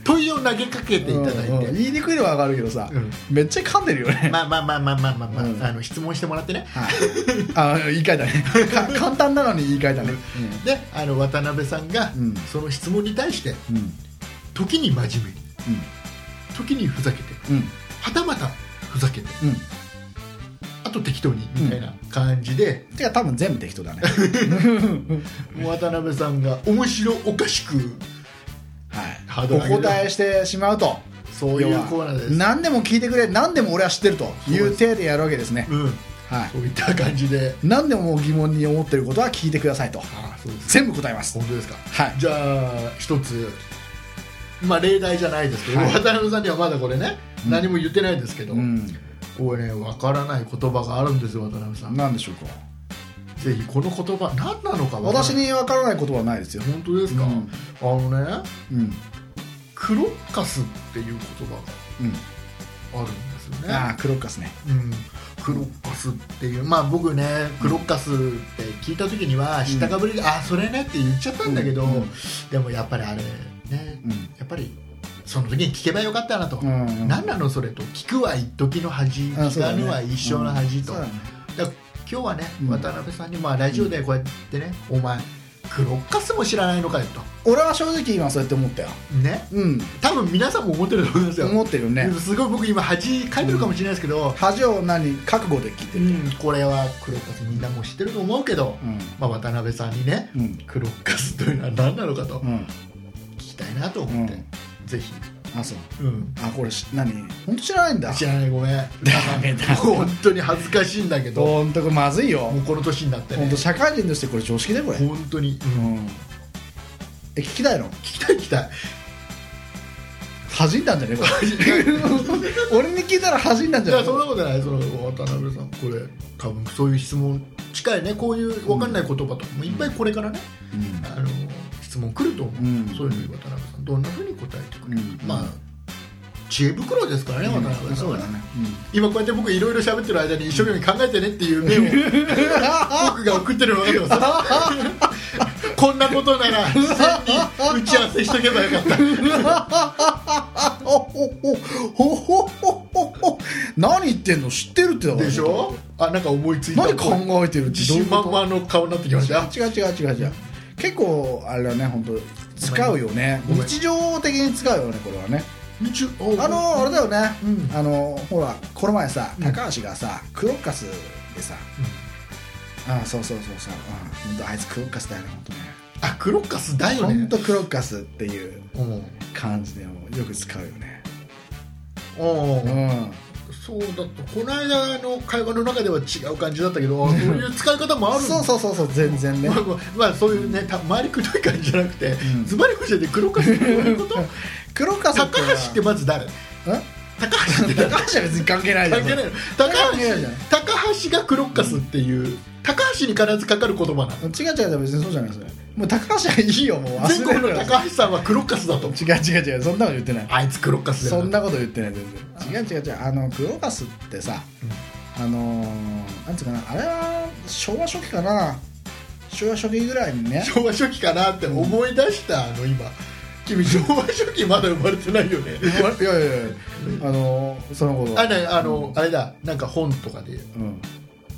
[SPEAKER 2] 問いを投げかけていただいて、
[SPEAKER 1] うんうん言いにくいのはわかるけどさ、
[SPEAKER 2] うん
[SPEAKER 1] めっちゃ噛んでるよね、
[SPEAKER 2] まあまあまあまあまあまあ、まあ
[SPEAKER 1] うん
[SPEAKER 2] あの質問してもらってね
[SPEAKER 1] はい、あ言い換えたねか簡単なのに言い換えたね
[SPEAKER 2] であの渡辺さんが、
[SPEAKER 1] うん
[SPEAKER 2] その質問に対して
[SPEAKER 1] うんうん
[SPEAKER 2] 時に真面目に時にふざけて
[SPEAKER 1] うんうん
[SPEAKER 2] はたまたふざけて
[SPEAKER 1] うん
[SPEAKER 2] あと適当にみたいな感じで、
[SPEAKER 1] てか多分全部適 当だね
[SPEAKER 2] 渡辺さんが面白おかしくハ
[SPEAKER 1] は
[SPEAKER 2] ー
[SPEAKER 1] い
[SPEAKER 2] ド
[SPEAKER 1] お
[SPEAKER 2] ル上げる
[SPEAKER 1] 答えしてしまうと
[SPEAKER 2] そういうコーナーです
[SPEAKER 1] 要は何でも聞いてくれ何でも俺は知ってるという体でやるわけですね
[SPEAKER 2] うん、
[SPEAKER 1] はい
[SPEAKER 2] そういった感じで
[SPEAKER 1] 何でも疑問に思ってることは聞いてくださいと
[SPEAKER 2] ああそうです
[SPEAKER 1] 全部答えます
[SPEAKER 2] 本当ですか
[SPEAKER 1] はい
[SPEAKER 2] じゃあ一つまあ例題じゃないですけど、
[SPEAKER 1] はい
[SPEAKER 2] 渡辺さんにはまだこれね、
[SPEAKER 1] うん
[SPEAKER 2] 何も言ってないですけど、
[SPEAKER 1] うん
[SPEAKER 2] これね分からない言葉があるんですよ渡辺さん
[SPEAKER 1] 何でしょうか
[SPEAKER 2] ぜひこの言葉何なのか分からない
[SPEAKER 1] 私に分からないことはないですよ
[SPEAKER 2] 本当ですか、
[SPEAKER 1] うん
[SPEAKER 2] あのね
[SPEAKER 1] うん
[SPEAKER 2] クロッカスっていう言葉
[SPEAKER 1] うん
[SPEAKER 2] があるんですよね
[SPEAKER 1] ああクロッカスね
[SPEAKER 2] うん、クロッカスっていうまあ僕ねクロッカスって聞いた時には知ったかぶりで、あそれねって言っちゃったんだけど、
[SPEAKER 1] うんうん
[SPEAKER 2] でもやっぱりあれね、
[SPEAKER 1] うん
[SPEAKER 2] やっぱりその時に聞けばよかったなと、
[SPEAKER 1] うんうん
[SPEAKER 2] 何なのそれと聞くは一時の恥
[SPEAKER 1] あ
[SPEAKER 2] 聞
[SPEAKER 1] そうだ
[SPEAKER 2] か
[SPEAKER 1] ね
[SPEAKER 2] ぬは一生の恥と、
[SPEAKER 1] そうだね
[SPEAKER 2] だから今日はね
[SPEAKER 1] うん
[SPEAKER 2] 渡辺さんにまあラジオでこうやってね、お前クロッカスも知らないのかよと
[SPEAKER 1] 俺は正直今そうやって思ったよ
[SPEAKER 2] ね
[SPEAKER 1] うん
[SPEAKER 2] 多分皆さんも思ってると思うんですよ、
[SPEAKER 1] 思ってるよね
[SPEAKER 2] すごい僕今恥かいてるかもしれないですけど、
[SPEAKER 1] 恥を何覚悟で聞いて
[SPEAKER 2] う
[SPEAKER 1] る
[SPEAKER 2] ん、これはクロッカスみんなもう知ってると思うけど、
[SPEAKER 1] うん
[SPEAKER 2] まあ、渡辺さんにね、
[SPEAKER 1] うん
[SPEAKER 2] クロッカスというのは何なのかと
[SPEAKER 1] うん
[SPEAKER 2] 聞きたいなと思って、
[SPEAKER 1] うん
[SPEAKER 2] ぜひ、
[SPEAKER 1] あそう
[SPEAKER 2] うん、
[SPEAKER 1] あこれし何本当知らないんだ
[SPEAKER 2] 知らないごめんダ
[SPEAKER 1] メだ
[SPEAKER 2] 本当に恥ずかしいんだけども
[SPEAKER 1] ほんとこれまずいよ
[SPEAKER 2] うこの年になって
[SPEAKER 1] ほん
[SPEAKER 2] ね
[SPEAKER 1] と社会人としてこれ常識だよこれ
[SPEAKER 2] 本当に、うん
[SPEAKER 1] うんえ聞きたいの
[SPEAKER 2] 聞きたい聞きたい
[SPEAKER 1] 恥じんだんじゃねこれ俺に聞いたら恥じんだん
[SPEAKER 2] い
[SPEAKER 1] じゃな
[SPEAKER 2] や
[SPEAKER 1] い
[SPEAKER 2] そんなことないその渡辺さんこれ多分そういう質問近いねこういう分かんない言葉とかもいっぱいこれからね、
[SPEAKER 1] うん
[SPEAKER 2] あの質問来ると思う、
[SPEAKER 1] うん
[SPEAKER 2] そういうのに渡辺さんどんなふうに答えてくれる、
[SPEAKER 1] うん
[SPEAKER 2] まあ知恵袋ですからね、渡辺さん
[SPEAKER 1] そう
[SPEAKER 2] は
[SPEAKER 1] だね
[SPEAKER 2] 今こうやって僕いろいろ喋ってる間に一生懸命考えてねっていうメモを 僕が送ってるの分かってます こんなことなら事前に打ち合わせしとけばよかった
[SPEAKER 1] あほほほほほほほほ何言ってんの知ってるってだから
[SPEAKER 2] でしょあなんか思いついた
[SPEAKER 1] 何考えてるって
[SPEAKER 2] 自
[SPEAKER 1] どうい
[SPEAKER 2] 信
[SPEAKER 1] うこ
[SPEAKER 2] 満
[SPEAKER 1] と
[SPEAKER 2] 々の顔になってきました
[SPEAKER 1] 違う違う違う違う結構あれだね本当使うよね
[SPEAKER 2] ごめん
[SPEAKER 1] 日常的に使うよねこれはね
[SPEAKER 2] 日
[SPEAKER 1] あのあれだよね、
[SPEAKER 2] うん
[SPEAKER 1] あのほらこの前さ
[SPEAKER 2] うん
[SPEAKER 1] 高橋がさ、クロッカスでさ、ああそうそうそうそう、うん、ほんとあいつクロッカスだよね本当ね
[SPEAKER 2] あクロッカスだよ
[SPEAKER 1] 本
[SPEAKER 2] ね
[SPEAKER 1] 当クロッカスっていう
[SPEAKER 2] うん
[SPEAKER 1] 感じでもうよく使うよね
[SPEAKER 2] うん
[SPEAKER 1] う
[SPEAKER 2] そうだったこの間の会話の中では違う感じだったけどあそういう使い方もあ
[SPEAKER 1] ん
[SPEAKER 2] るんだ
[SPEAKER 1] そうそうそうそう全然ね
[SPEAKER 2] まあ、まあまあそういうねた回りくどい感じじゃなくて、
[SPEAKER 1] ん
[SPEAKER 2] ズバリくじゃて黒川さんどういう こと
[SPEAKER 1] クロッカス
[SPEAKER 2] 高
[SPEAKER 1] いうの
[SPEAKER 2] 橋って
[SPEAKER 1] は
[SPEAKER 2] まず誰
[SPEAKER 1] ん
[SPEAKER 2] 高橋って誰
[SPEAKER 1] 高橋は別に関係ないじゃん
[SPEAKER 2] 関係ないの高
[SPEAKER 1] 関係ないじゃん
[SPEAKER 2] 橋高橋が黒カスっていう、高橋に必ずかかる言葉なの
[SPEAKER 1] 違う違う別にそうじゃないそれもう高橋はいいよもう忘れ
[SPEAKER 2] 全
[SPEAKER 1] る
[SPEAKER 2] 国の
[SPEAKER 1] から
[SPEAKER 2] 高橋さんは黒カスだと
[SPEAKER 1] 違う違う違うそんなこと言ってない
[SPEAKER 2] あいつ黒カスだ
[SPEAKER 1] そ
[SPEAKER 2] よ
[SPEAKER 1] んなこと言ってない全然違う違う違うあのクロガスってさ、あのー、なんつうかなあれは昭和初期かな昭和初期ぐらいにね
[SPEAKER 2] 昭和初期かなって思い出したあの今君昭和初期まだ生まれてないよね
[SPEAKER 1] いやいやいやあのー、そのこと
[SPEAKER 2] あれあの、あれだなんか本とかで、
[SPEAKER 1] うん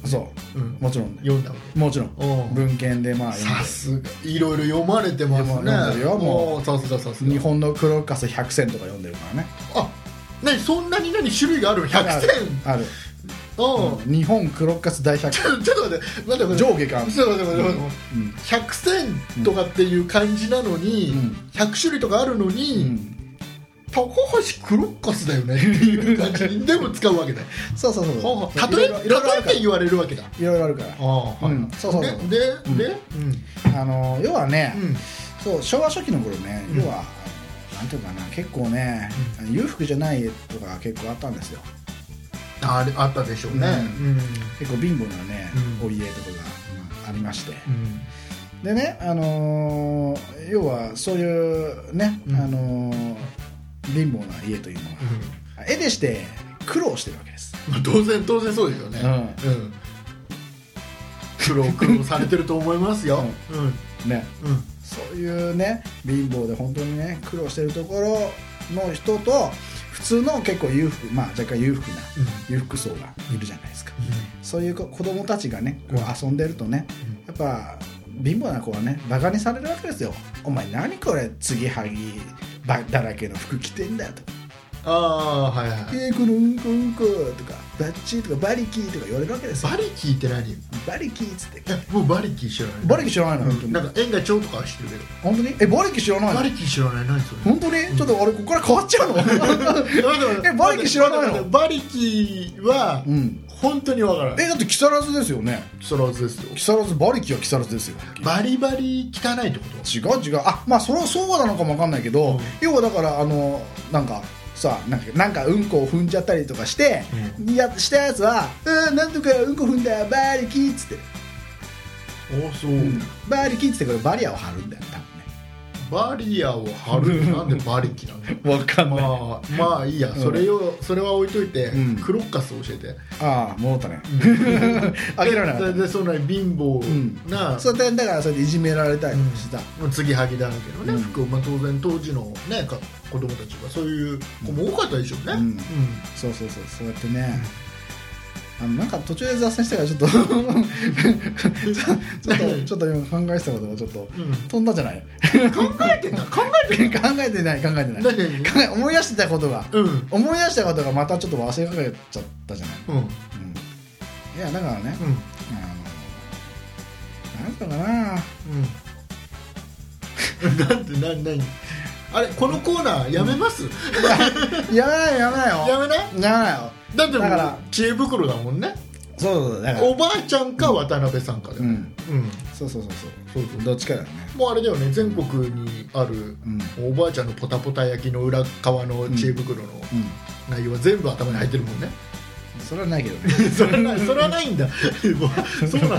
[SPEAKER 1] そ
[SPEAKER 2] うん
[SPEAKER 1] うもちろんね
[SPEAKER 2] 読んだわけ
[SPEAKER 1] もちろん
[SPEAKER 2] うん
[SPEAKER 1] 文献でまあ読ん
[SPEAKER 2] さ
[SPEAKER 1] で
[SPEAKER 2] が
[SPEAKER 1] す
[SPEAKER 2] いろいろ読まれてます
[SPEAKER 1] いやもう読んで
[SPEAKER 2] ね
[SPEAKER 1] るよもう
[SPEAKER 2] おーさすがさすが
[SPEAKER 1] 日本のクロッカス100選とか読んでるからね
[SPEAKER 2] あ何そんなに何種類があるの100点
[SPEAKER 1] ある
[SPEAKER 2] うん
[SPEAKER 1] ある、日本クロッカス大100
[SPEAKER 2] ちょちょっと待って待って待って
[SPEAKER 1] 上下感
[SPEAKER 2] ちょっと待って待って待
[SPEAKER 1] うんうん
[SPEAKER 2] って100点とかっていう感じなのに、
[SPEAKER 1] うん
[SPEAKER 2] 100種類とかあるのに、
[SPEAKER 1] うん
[SPEAKER 2] 高橋クロッカスだよねっていう感じ にでも使うわけだよ
[SPEAKER 1] そうそうそう
[SPEAKER 2] は
[SPEAKER 1] そ
[SPEAKER 2] あ
[SPEAKER 1] う
[SPEAKER 2] 例え
[SPEAKER 1] いろいろいろいろあ
[SPEAKER 2] 例え
[SPEAKER 1] るか
[SPEAKER 2] て言われるわけだ
[SPEAKER 1] らいろいろあるから
[SPEAKER 2] ああはい、
[SPEAKER 1] うんそうそうそう
[SPEAKER 2] で
[SPEAKER 1] ん
[SPEAKER 2] でで、うん
[SPEAKER 1] あの要はね、
[SPEAKER 2] うん
[SPEAKER 1] そう昭和初期の頃ね、
[SPEAKER 2] うん
[SPEAKER 1] 要はあのなんていうかな結構ね、裕福じゃない家とか結構あったんですよ
[SPEAKER 2] ああれあったでしょうね、
[SPEAKER 1] うん結構貧乏なね、
[SPEAKER 2] うん
[SPEAKER 1] お家とかが、まあ、ありまして
[SPEAKER 2] うん
[SPEAKER 1] でねあのー要はそういうね、
[SPEAKER 2] うん
[SPEAKER 1] あのー貧乏な家というのは、絵でして苦労してるわけです
[SPEAKER 2] まあ当然当然そうですよね
[SPEAKER 1] う
[SPEAKER 2] うん苦労苦労されてると思いますようん
[SPEAKER 1] ね
[SPEAKER 2] うん
[SPEAKER 1] そういうね貧乏で本当にね苦労してるところの人と普通の結構裕福まあ若干裕福な
[SPEAKER 2] うん
[SPEAKER 1] 裕福層がいるじゃないですか、そういう子子供たちがねこう遊んでるとね、やっぱ貧乏な子はねバカにされるわけですよ「お前何これ継ぎはぎばだらけの服着てんだ」とか
[SPEAKER 2] ああはいは
[SPEAKER 1] 「
[SPEAKER 2] い
[SPEAKER 1] えー、このうんこうんこ」とか「バッチー」とか「バリキー」とか言われるわけですよ
[SPEAKER 2] バリキーって何
[SPEAKER 1] 「バリキー」っつって
[SPEAKER 2] えもうバリキー知らない
[SPEAKER 1] バリキ知らないの本当
[SPEAKER 2] うん
[SPEAKER 1] に
[SPEAKER 2] なんか縁が蝶とかは知ってるけど
[SPEAKER 1] 本当にえバリキ知らない
[SPEAKER 2] バ
[SPEAKER 1] の
[SPEAKER 2] リキー知らない何それ
[SPEAKER 1] 本当にちょっと俺ここから変わっちゃうのえバリキ知らないの
[SPEAKER 2] バリキは
[SPEAKER 1] うん
[SPEAKER 2] 本当にわからない
[SPEAKER 1] えだって木更津ですよね
[SPEAKER 2] 木更津ですよ
[SPEAKER 1] 木更津バリキは木更津ですよ
[SPEAKER 2] バリバリ汚いってこと
[SPEAKER 1] 違う違うあまあそれはそうなのかもわかんないけど、
[SPEAKER 2] うん
[SPEAKER 1] 要はだからあのなんかさなんかなんかうんこを踏んじゃったりとかして、やしたやつは「うんなんとかうんこ踏んだバリキー」っつって、
[SPEAKER 2] おそう、
[SPEAKER 1] バリキーっつってこれバリアを張るんだよ
[SPEAKER 2] バリアを張るなんでバリキなの
[SPEAKER 1] 多分ねわかんない、あ
[SPEAKER 2] まあまあいいや
[SPEAKER 1] ん
[SPEAKER 2] それよそれは置いといて、
[SPEAKER 1] うん
[SPEAKER 2] クロッカス教えて
[SPEAKER 1] あ戻ったね 諦めなか
[SPEAKER 2] で
[SPEAKER 1] っ
[SPEAKER 2] でそんなに貧乏な、
[SPEAKER 1] たそうやってだからそれでいじめられたりしてた、
[SPEAKER 2] もう継ぎはぎだらけどね、
[SPEAKER 1] うん
[SPEAKER 2] 服を、まあ、当然当時の、ね、か子供たちがそういう子も多かったでしょうね、
[SPEAKER 1] うんそうそうそうそうやってね、あのなんか途中で雑談したから ちょっとちょっとちょっと今考えてたことがちょっと
[SPEAKER 2] うん
[SPEAKER 1] 飛んだじゃない
[SPEAKER 2] 考えてんだ考え
[SPEAKER 1] 考えてない考えてな
[SPEAKER 2] 何
[SPEAKER 1] い
[SPEAKER 2] 何
[SPEAKER 1] 考え思い出してたことが
[SPEAKER 2] てんうん
[SPEAKER 1] 思い出したことがまたちょっと忘れかけちゃったじゃない、
[SPEAKER 2] うんうん
[SPEAKER 1] うん、いやだからね、あのなんだかな
[SPEAKER 2] うん なんてなん何あれこのコーナーやめます、
[SPEAKER 1] やめないよやめないよ
[SPEAKER 2] やめない
[SPEAKER 1] やめないよ
[SPEAKER 2] だっても
[SPEAKER 1] だから
[SPEAKER 2] う知恵袋だもんね
[SPEAKER 1] そうそうそうだから
[SPEAKER 2] おばあちゃんか渡辺さんかだよ
[SPEAKER 1] う
[SPEAKER 2] ね
[SPEAKER 1] ん
[SPEAKER 2] うん
[SPEAKER 1] そうそうそうそ
[SPEAKER 2] そ
[SPEAKER 1] う
[SPEAKER 2] うそう
[SPEAKER 1] どっちかだよね
[SPEAKER 2] もうあれだよね全国にある
[SPEAKER 1] うん
[SPEAKER 2] おばあちゃんのポタポタ焼きの裏側の知恵袋の
[SPEAKER 1] う
[SPEAKER 2] 内容は全部頭に入ってるも んね、
[SPEAKER 1] んそれはないけどね
[SPEAKER 2] それはないそれはないんだもうそうなんだ、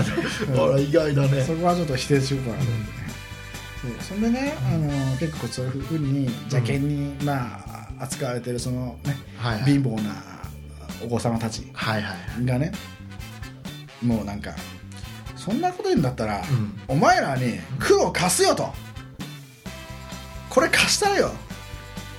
[SPEAKER 2] あら意外だ ね
[SPEAKER 1] そこはちょっと否定しようかなと思ってね、そうそんでね、あの結構そういうふうに邪険に、まあ扱われてるそのね、
[SPEAKER 2] はいはい
[SPEAKER 1] 貧乏なお子様たち
[SPEAKER 2] はいはい
[SPEAKER 1] がねもうなんかそんなこと言うんだったら、
[SPEAKER 2] ん
[SPEAKER 1] お前らに苦労貸すよとこれ貸したらよ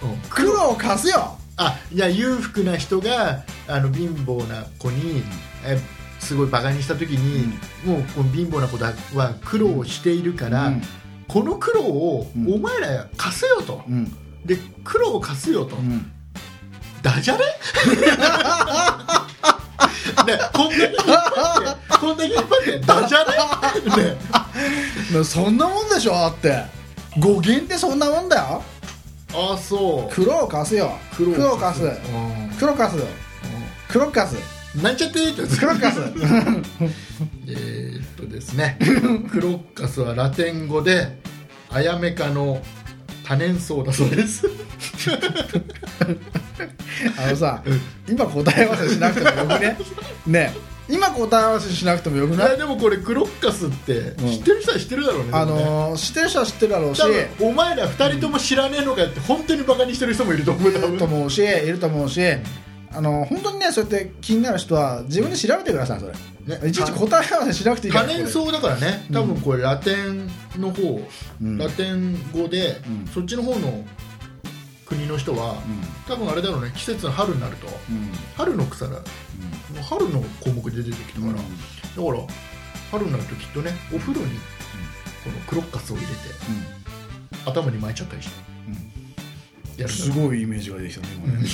[SPEAKER 2] うん
[SPEAKER 1] 苦労貸すよ
[SPEAKER 2] あじゃあ裕福な人があの貧乏な子に、えすごいバカにした時に、もうこの貧乏な子だは苦労しているから、
[SPEAKER 1] うん
[SPEAKER 2] この苦労を
[SPEAKER 1] うん
[SPEAKER 2] お前ら貸せよと、
[SPEAKER 1] うん
[SPEAKER 2] で苦労を貸すよと、
[SPEAKER 1] うん
[SPEAKER 2] ダジャレ ねこんだけ引っ張ってこんだけ引っ張ってダジャレ、ね、
[SPEAKER 1] まあそんなもんでしょだって語源ってそんなもんだよ
[SPEAKER 2] あそう
[SPEAKER 1] 苦労貸すよ
[SPEAKER 2] 苦
[SPEAKER 1] 苦
[SPEAKER 2] 労
[SPEAKER 1] 労
[SPEAKER 2] を貸
[SPEAKER 1] 貸
[SPEAKER 2] す
[SPEAKER 1] す黒カス黒カス
[SPEAKER 2] うんなんちゃってーってやつ
[SPEAKER 1] 黒カス
[SPEAKER 2] えーっとですねクロッカスはラテン語でアヤメ科の多年草だそうです
[SPEAKER 1] あのさ今答え合わせしなくてもよくねねえ今答え合わせしなくてもよく
[SPEAKER 2] い
[SPEAKER 1] ない
[SPEAKER 2] やでもこれクロッカスって知ってる人は知ってるだろうね,でもね、
[SPEAKER 1] あのー、知ってる人は知ってるだろうし
[SPEAKER 2] 多分お前ら二人とも知らねえのかよって本当にバカにしてる人もいると思う多
[SPEAKER 1] いると
[SPEAKER 2] 分
[SPEAKER 1] 思うしいると思うしあの本当にねそうやって気になる人は自分で調べてくださいそれ、
[SPEAKER 2] ね
[SPEAKER 1] いちいち答え合わせしなくていいか
[SPEAKER 2] 多
[SPEAKER 1] ら
[SPEAKER 2] 年
[SPEAKER 1] こ
[SPEAKER 2] 草だからね多分これラテンの方、
[SPEAKER 1] うん
[SPEAKER 2] ラテン語で、
[SPEAKER 1] うん
[SPEAKER 2] そっちの方の国の人は、
[SPEAKER 1] れ
[SPEAKER 2] 多分あれだろうね季節の春になると
[SPEAKER 1] うんうん
[SPEAKER 2] 春の草だ春の項目で出てきたから、
[SPEAKER 1] うん
[SPEAKER 2] だから春になるときっとねお風呂にこのクロッカスを入れて頭に巻いちゃったりして
[SPEAKER 1] うんう
[SPEAKER 2] や
[SPEAKER 1] ん
[SPEAKER 2] るん
[SPEAKER 1] す
[SPEAKER 2] だ
[SPEAKER 1] ごいイメージができたね今
[SPEAKER 2] う
[SPEAKER 1] ね
[SPEAKER 2] ん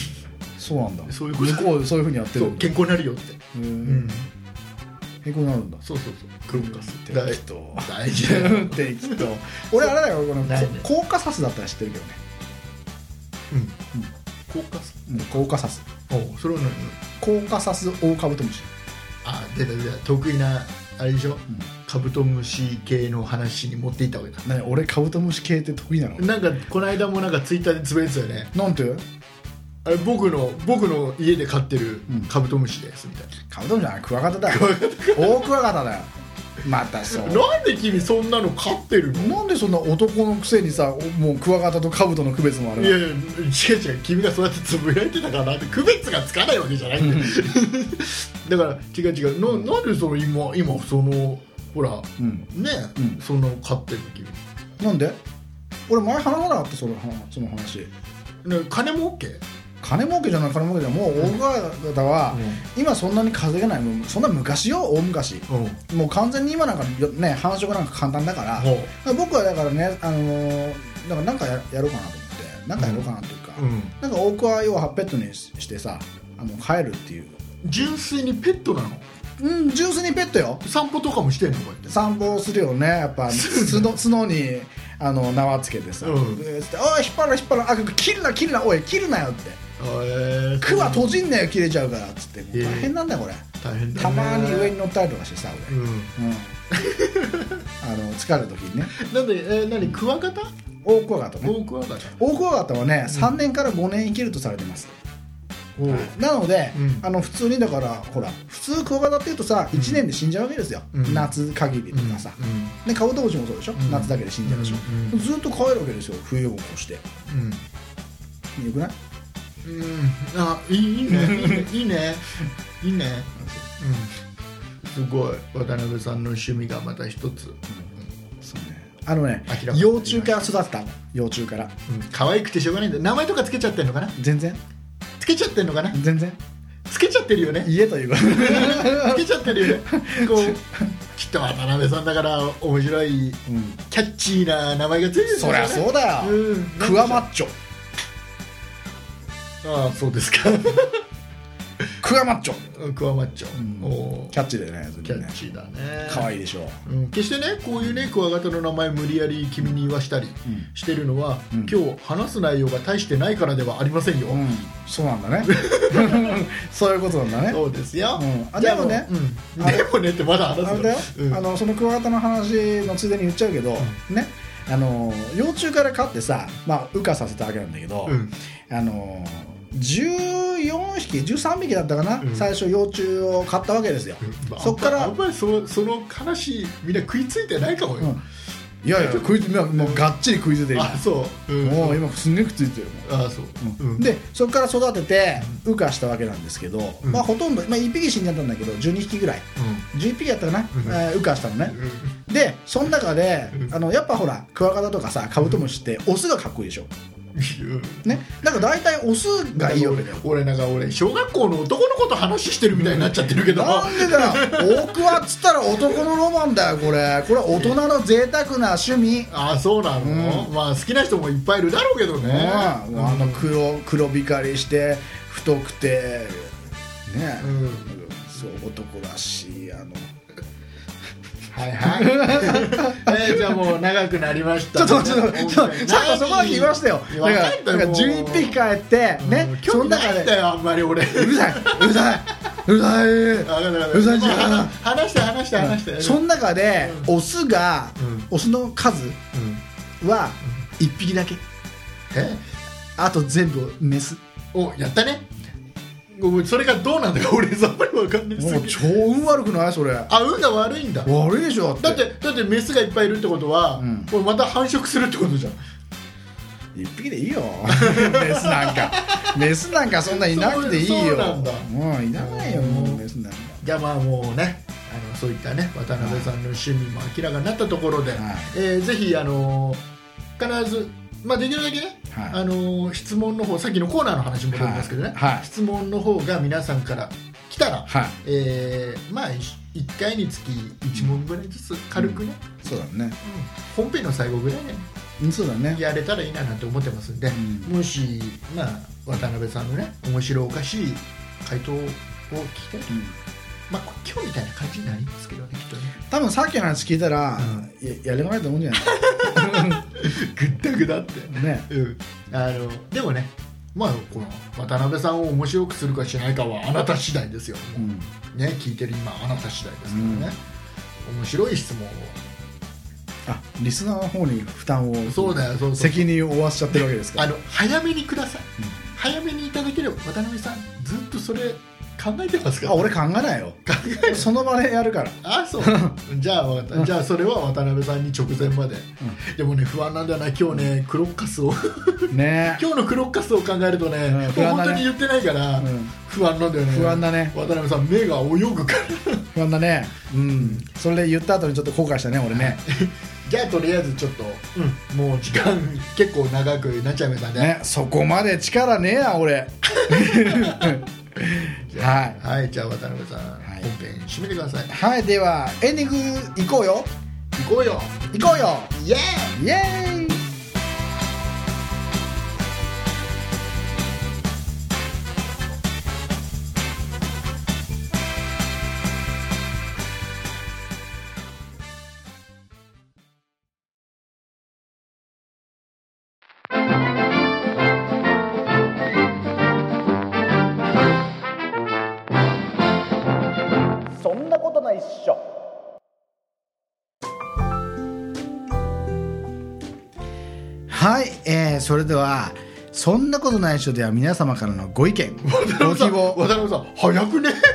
[SPEAKER 1] そうなんだ
[SPEAKER 2] そういうこと
[SPEAKER 1] 向こうそういうふうにやって
[SPEAKER 2] そ
[SPEAKER 1] る
[SPEAKER 2] うん
[SPEAKER 1] だ
[SPEAKER 2] 健康になるよって、
[SPEAKER 1] へ
[SPEAKER 2] う
[SPEAKER 1] ー
[SPEAKER 2] ん、
[SPEAKER 1] へこになるんだ
[SPEAKER 2] そうそうそうクロッカス大
[SPEAKER 1] 適当
[SPEAKER 2] 大事だよ、
[SPEAKER 1] 適当俺あれだよこの
[SPEAKER 2] ないね
[SPEAKER 1] コーカサスだったら知ってるけどね
[SPEAKER 2] うん、クロッカス
[SPEAKER 1] うんコーカサス
[SPEAKER 2] おうそれは何
[SPEAKER 1] コーカサスオオカブトムシ
[SPEAKER 2] あ出た出た得意なあれでしょ、カブトムシ系の話に持っていったわけだ
[SPEAKER 1] 何俺カブトムシ系って得意なの
[SPEAKER 2] なんかこの間もなんかツイッターでつぶやいてたよね
[SPEAKER 1] なんて
[SPEAKER 2] あれ僕の僕の家で飼ってるカブトムシですみたいな、
[SPEAKER 1] カブトムシじゃないクワガタだよ大クワガタだよまたそう
[SPEAKER 2] なんで君そんなの飼ってるの
[SPEAKER 1] なんでそんな男のくせにさもうクワガタとカブトの区別もあ
[SPEAKER 2] い
[SPEAKER 1] る
[SPEAKER 2] やいや違う違う君がそうやってつぶやいてたからって区別がつかないわけじゃない んだよだから違う違うななんでその今今そのほらね
[SPEAKER 1] うんうん
[SPEAKER 2] その飼ってるの君
[SPEAKER 1] なんで俺前話さなかったその話その話
[SPEAKER 2] ね金儲け
[SPEAKER 1] 金儲けじゃない金儲けじゃないもう大川方は、今そんなに稼げないもうそんな昔よ大昔
[SPEAKER 2] うん
[SPEAKER 1] もう完全に今なんかよね繁殖なんか簡単だから、
[SPEAKER 2] ほう
[SPEAKER 1] 僕はだからねあのーだからなんかややろうかなと思ってなんかやろうかなというか、
[SPEAKER 2] うん
[SPEAKER 1] なんか大川要はペットにしてさあの帰るっていう
[SPEAKER 2] 純粋にペットなの
[SPEAKER 1] うん純粋にペットよ
[SPEAKER 2] 散歩とかもしてんのこうやって
[SPEAKER 1] 散歩するよねやっぱ角角にあの縄つけてさ「
[SPEAKER 2] うん
[SPEAKER 1] でつっておい引っ張る引っ張るあ切るな切るなおい切るなよ」って
[SPEAKER 2] へえ
[SPEAKER 1] 「区は閉じんなよ切れちゃうから」っつってもう
[SPEAKER 2] ええ
[SPEAKER 1] 大変なんだよこれ
[SPEAKER 2] 大変だね
[SPEAKER 1] たまに上に乗ったりとかしてさ
[SPEAKER 2] う
[SPEAKER 1] 俺、
[SPEAKER 2] ん
[SPEAKER 1] うんあの疲れた時にね
[SPEAKER 2] なんでえー何クワガタ
[SPEAKER 1] 大クワガタね
[SPEAKER 2] 大クワガタ
[SPEAKER 1] 大クワガタはね3年から5年生きるとされてます、
[SPEAKER 2] おう
[SPEAKER 1] はいなので、
[SPEAKER 2] うん
[SPEAKER 1] あの普通にだからほら普通クワガタっていうとさ1年で死んじゃうわけですよ、
[SPEAKER 2] うん
[SPEAKER 1] 夏限りとかさ、でカブトムシもそうでしょ、
[SPEAKER 2] ん
[SPEAKER 1] 夏だけで死んじゃうでしょ、
[SPEAKER 2] うん
[SPEAKER 1] ずっと帰るわけですよ冬を越してよ
[SPEAKER 2] うんうん
[SPEAKER 1] くない
[SPEAKER 2] うん、あいいいいねいい ねいいねいいね、うん、すごい渡辺さんの趣味がまた一つ、
[SPEAKER 1] そうねあのね
[SPEAKER 2] 明らかに
[SPEAKER 1] 幼虫から育てたの幼虫から
[SPEAKER 2] うん、可愛くてしょうがないんだ名前とかつけちゃってんのかな
[SPEAKER 1] 全然
[SPEAKER 2] つけちゃってんのかな
[SPEAKER 1] 全然
[SPEAKER 2] つけちゃってるよ ね
[SPEAKER 1] 家というか
[SPEAKER 2] つけちゃってるよねこうきっと渡辺さんだから面白い
[SPEAKER 1] うん
[SPEAKER 2] キャッチーな名前がついてるんでしょ
[SPEAKER 1] そりゃそうだよ、
[SPEAKER 2] うん
[SPEAKER 1] クワマッチョ
[SPEAKER 2] ああそうですか
[SPEAKER 1] クワマッチョ、
[SPEAKER 2] うんクワマッチョ、
[SPEAKER 1] うん
[SPEAKER 2] おー
[SPEAKER 1] キャッチーだよね
[SPEAKER 2] キャ
[SPEAKER 1] 全然
[SPEAKER 2] ッ
[SPEAKER 1] ね
[SPEAKER 2] チーだね
[SPEAKER 1] 可愛いでしょ
[SPEAKER 2] うん、決してねこういうねクワガタの名前無理やり君に言わしたり
[SPEAKER 1] ん
[SPEAKER 2] してるのは、
[SPEAKER 1] うん
[SPEAKER 2] 今日話す内容が大してないからではありませんよ、
[SPEAKER 1] うんそうなんだ ねそういうことなんだね
[SPEAKER 2] そうですよ、
[SPEAKER 1] うんあ
[SPEAKER 2] じゃ
[SPEAKER 1] でもね
[SPEAKER 2] うん
[SPEAKER 1] あ
[SPEAKER 2] でもねってまだ話すの
[SPEAKER 1] あれだよ、
[SPEAKER 2] うん
[SPEAKER 1] あのそのクワガタの話のついでに言っちゃうけど、ねあの幼虫から飼ってさ、まあ、羽化させたわけなんだけど、
[SPEAKER 2] うん
[SPEAKER 1] あの14匹13匹だったかな、
[SPEAKER 2] うん
[SPEAKER 1] 最初幼虫を飼ったわけですよ、
[SPEAKER 2] まあ
[SPEAKER 1] そっから
[SPEAKER 2] あんまりそその話みんな食いついてないかもよ、
[SPEAKER 1] うんいやいや食いつもうもうがっちり食いついてる
[SPEAKER 2] あそう、うん
[SPEAKER 1] もう今すんげえくっついてるもん
[SPEAKER 2] あそう、うん
[SPEAKER 1] でそこから育てて羽化したわけなんですけど、
[SPEAKER 2] うん
[SPEAKER 1] まあ、ほとんど、まあ、1匹死んじゃったんだけど12匹ぐらい11匹やったかな、
[SPEAKER 2] ん
[SPEAKER 1] えー羽化したのね、
[SPEAKER 2] うん
[SPEAKER 1] でその中で
[SPEAKER 2] うん
[SPEAKER 1] あのやっぱほらクワガタとかさカブトムシってオスがかっこいいでしょ
[SPEAKER 2] うん
[SPEAKER 1] ねだから大体オスがいいわけだよ
[SPEAKER 2] 俺なんか俺小学校の男の子と話してるみたいになっちゃってるけど
[SPEAKER 1] なんでだよ大桑っつったら男のロマンだよこれこれは大人の贅沢な趣味
[SPEAKER 2] ああそうなの、まあ好きな人もいっぱいいるだろうけどね、
[SPEAKER 1] ねあの黒黒光りして太くてね
[SPEAKER 2] うんうん
[SPEAKER 1] そう男らしいあの
[SPEAKER 2] はいはい、 えーじゃあもう長くなりまし
[SPEAKER 1] ちょ
[SPEAKER 2] た
[SPEAKER 1] っと待ってちょっとちょっとちょっとそこだけ言いましたよだ
[SPEAKER 2] い
[SPEAKER 1] か
[SPEAKER 2] や分
[SPEAKER 1] ら
[SPEAKER 2] かった
[SPEAKER 1] だ
[SPEAKER 2] よ
[SPEAKER 1] から
[SPEAKER 2] もう
[SPEAKER 1] 11匹帰ってね
[SPEAKER 2] うん
[SPEAKER 1] そ
[SPEAKER 2] 興
[SPEAKER 1] の
[SPEAKER 2] 味な
[SPEAKER 1] 中
[SPEAKER 2] いん
[SPEAKER 1] で
[SPEAKER 2] だよあんまり俺
[SPEAKER 1] うるさいうるさいうるさい
[SPEAKER 2] あだから
[SPEAKER 1] うざいじゃん
[SPEAKER 2] まあ話して話して話して
[SPEAKER 1] その中で、オスが、オスの数
[SPEAKER 2] うん
[SPEAKER 1] は1匹だけ
[SPEAKER 2] え
[SPEAKER 1] あと全部メス
[SPEAKER 2] おやったねごめんそれがどうなんだか俺さっぱり分かんない
[SPEAKER 1] もう
[SPEAKER 2] す
[SPEAKER 1] 超運悪くないそれ
[SPEAKER 2] あ運が悪いんだ
[SPEAKER 1] 悪いでしょ
[SPEAKER 2] だってだってメスがいっぱいいるってことは、
[SPEAKER 1] うん
[SPEAKER 2] これまた繁殖するってことじゃん
[SPEAKER 1] 1匹でいいよ メスなんかメスなんかそんないなくていいよ
[SPEAKER 2] そうなんだ
[SPEAKER 1] もういらないよもうメスなんか
[SPEAKER 2] じゃあまあもうねあのそういったね渡辺さんの趣味も明らかになったところで、
[SPEAKER 1] はい
[SPEAKER 2] えーぜひあのー必ず、まあ、できるだけね、
[SPEAKER 1] はい
[SPEAKER 2] あのー質問の方さっきのコーナーの話に戻りますけどね、
[SPEAKER 1] はいはい
[SPEAKER 2] 質問の方が皆さんから来たら、
[SPEAKER 1] はい
[SPEAKER 2] えーまあ1回につき1問ぐらいずつ軽くね、
[SPEAKER 1] そうだね
[SPEAKER 2] うん本編の最後ぐらいね
[SPEAKER 1] うんそうだね
[SPEAKER 2] やれたらいいななんて思ってますんで、
[SPEAKER 1] う
[SPEAKER 2] もし、まあ、渡辺さんのね面白おかしい回答を聞いて
[SPEAKER 1] う、ん
[SPEAKER 2] まあ、今日みたいな感じになりますけどねきっ とね。
[SPEAKER 1] 多分さっきの話聞いたら、
[SPEAKER 2] う
[SPEAKER 1] ややれないと思うんじゃない
[SPEAKER 2] ぐったぐだって、
[SPEAKER 1] ね
[SPEAKER 2] うん、あのでもねまあこの渡辺さんを面白くするかしないかはあなた次第ですよ、
[SPEAKER 1] う
[SPEAKER 2] も
[SPEAKER 1] ん
[SPEAKER 2] うね聞いてる今あなた次第ですからね、面白い質問を
[SPEAKER 1] あリスナーの方に負担を
[SPEAKER 2] そうだよそうそう
[SPEAKER 1] 責任を負わしちゃってるわけですから
[SPEAKER 2] あの早めにください、
[SPEAKER 1] うん
[SPEAKER 2] 早めにいただければ渡辺さんずっとそれ考考えてますか
[SPEAKER 1] あ俺考えないよその場でやるから
[SPEAKER 2] あ そうじゃあ分かったじゃあそれは渡辺さんに直前まで、でもね不安なんだよな今日ねクロッカスを
[SPEAKER 1] ね
[SPEAKER 2] 今日のクロッカスを考えるとね、
[SPEAKER 1] ん
[SPEAKER 2] もう
[SPEAKER 1] 不安
[SPEAKER 2] 本
[SPEAKER 1] だね
[SPEAKER 2] 当に言ってないから、
[SPEAKER 1] うん
[SPEAKER 2] 不安なんだよね
[SPEAKER 1] 不安だね
[SPEAKER 2] 渡辺さん目が泳ぐから
[SPEAKER 1] 不安だねうんそれ言った後にちょっと後悔したね俺ね
[SPEAKER 2] じゃあとりあえずちょっと、もう時間結構長くなっちゃいましたね
[SPEAKER 1] ねそこまで力ねえ や俺はい
[SPEAKER 2] はいじゃあ渡辺さん、本
[SPEAKER 1] い
[SPEAKER 2] 編締めてください
[SPEAKER 1] はいではエンディング行こうよ
[SPEAKER 2] 行こうよ
[SPEAKER 1] 行こうよ
[SPEAKER 2] イエーイ
[SPEAKER 1] イエーイそんなことないっしょはい、えー、それでは「そんなことないっしょ」では皆様からのご意 見ご希望
[SPEAKER 2] 渡辺さん早くね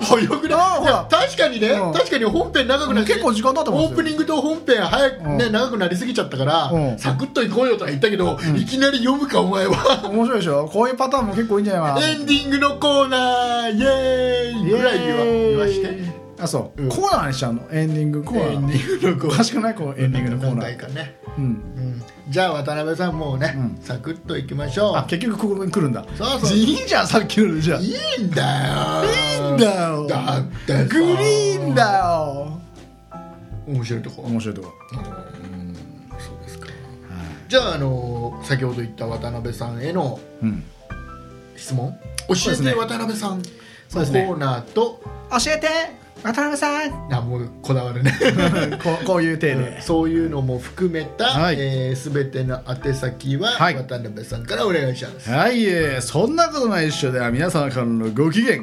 [SPEAKER 2] 早くね
[SPEAKER 1] あほら
[SPEAKER 2] いや確かにね、
[SPEAKER 1] うん
[SPEAKER 2] 確かに本編長くなって
[SPEAKER 1] 結構時間経ってますよ
[SPEAKER 2] オープニングと本編早くね、
[SPEAKER 1] うん
[SPEAKER 2] 長くなりすぎちゃったから、
[SPEAKER 1] うん
[SPEAKER 2] サクッといこうよとは言ったけど、いきなり読むかお前は
[SPEAKER 1] 面白いでしょこういうパターンも結構いいんじゃないかな
[SPEAKER 2] エンディングのコーナーイエーイぐらい言わ言わして
[SPEAKER 1] あそう、
[SPEAKER 2] うん
[SPEAKER 1] コーナーにしちゃうのエンディングコーナー
[SPEAKER 2] エンディングのコーナー
[SPEAKER 1] おかしくないこうエンディングのコー
[SPEAKER 2] 何
[SPEAKER 1] ナ
[SPEAKER 2] 回
[SPEAKER 1] ー、
[SPEAKER 2] かね、
[SPEAKER 1] うん、
[SPEAKER 2] うん、じゃあ渡辺さんもうね、
[SPEAKER 1] うん
[SPEAKER 2] サクッといきましょ
[SPEAKER 1] あ
[SPEAKER 2] う
[SPEAKER 1] 結局ここに来るんだ
[SPEAKER 2] そうそう
[SPEAKER 1] いいじゃんさっきのでじゃあ
[SPEAKER 2] いいんだよ
[SPEAKER 1] いいんだよ
[SPEAKER 2] だってさ
[SPEAKER 1] グリーンだよ
[SPEAKER 2] 面白いとこ
[SPEAKER 1] 面白いとこ
[SPEAKER 2] そうですか
[SPEAKER 1] はい
[SPEAKER 2] じゃあ、あの先ほど言った渡辺さんへの
[SPEAKER 1] うん
[SPEAKER 2] 質問教
[SPEAKER 1] そうです
[SPEAKER 2] え
[SPEAKER 1] ね
[SPEAKER 2] て渡辺さんのコ
[SPEAKER 1] そうですね
[SPEAKER 2] ーナーと、
[SPEAKER 1] 教えて渡辺 さん
[SPEAKER 2] あもうこだわ るね
[SPEAKER 1] こうこういう手で、
[SPEAKER 2] そういうのも含めた、
[SPEAKER 1] はい
[SPEAKER 2] えー、全ての宛先は
[SPEAKER 1] はい
[SPEAKER 2] 渡辺さんからお願いします、
[SPEAKER 1] はい、えーそんなことないっしょでは皆様からのご機嫌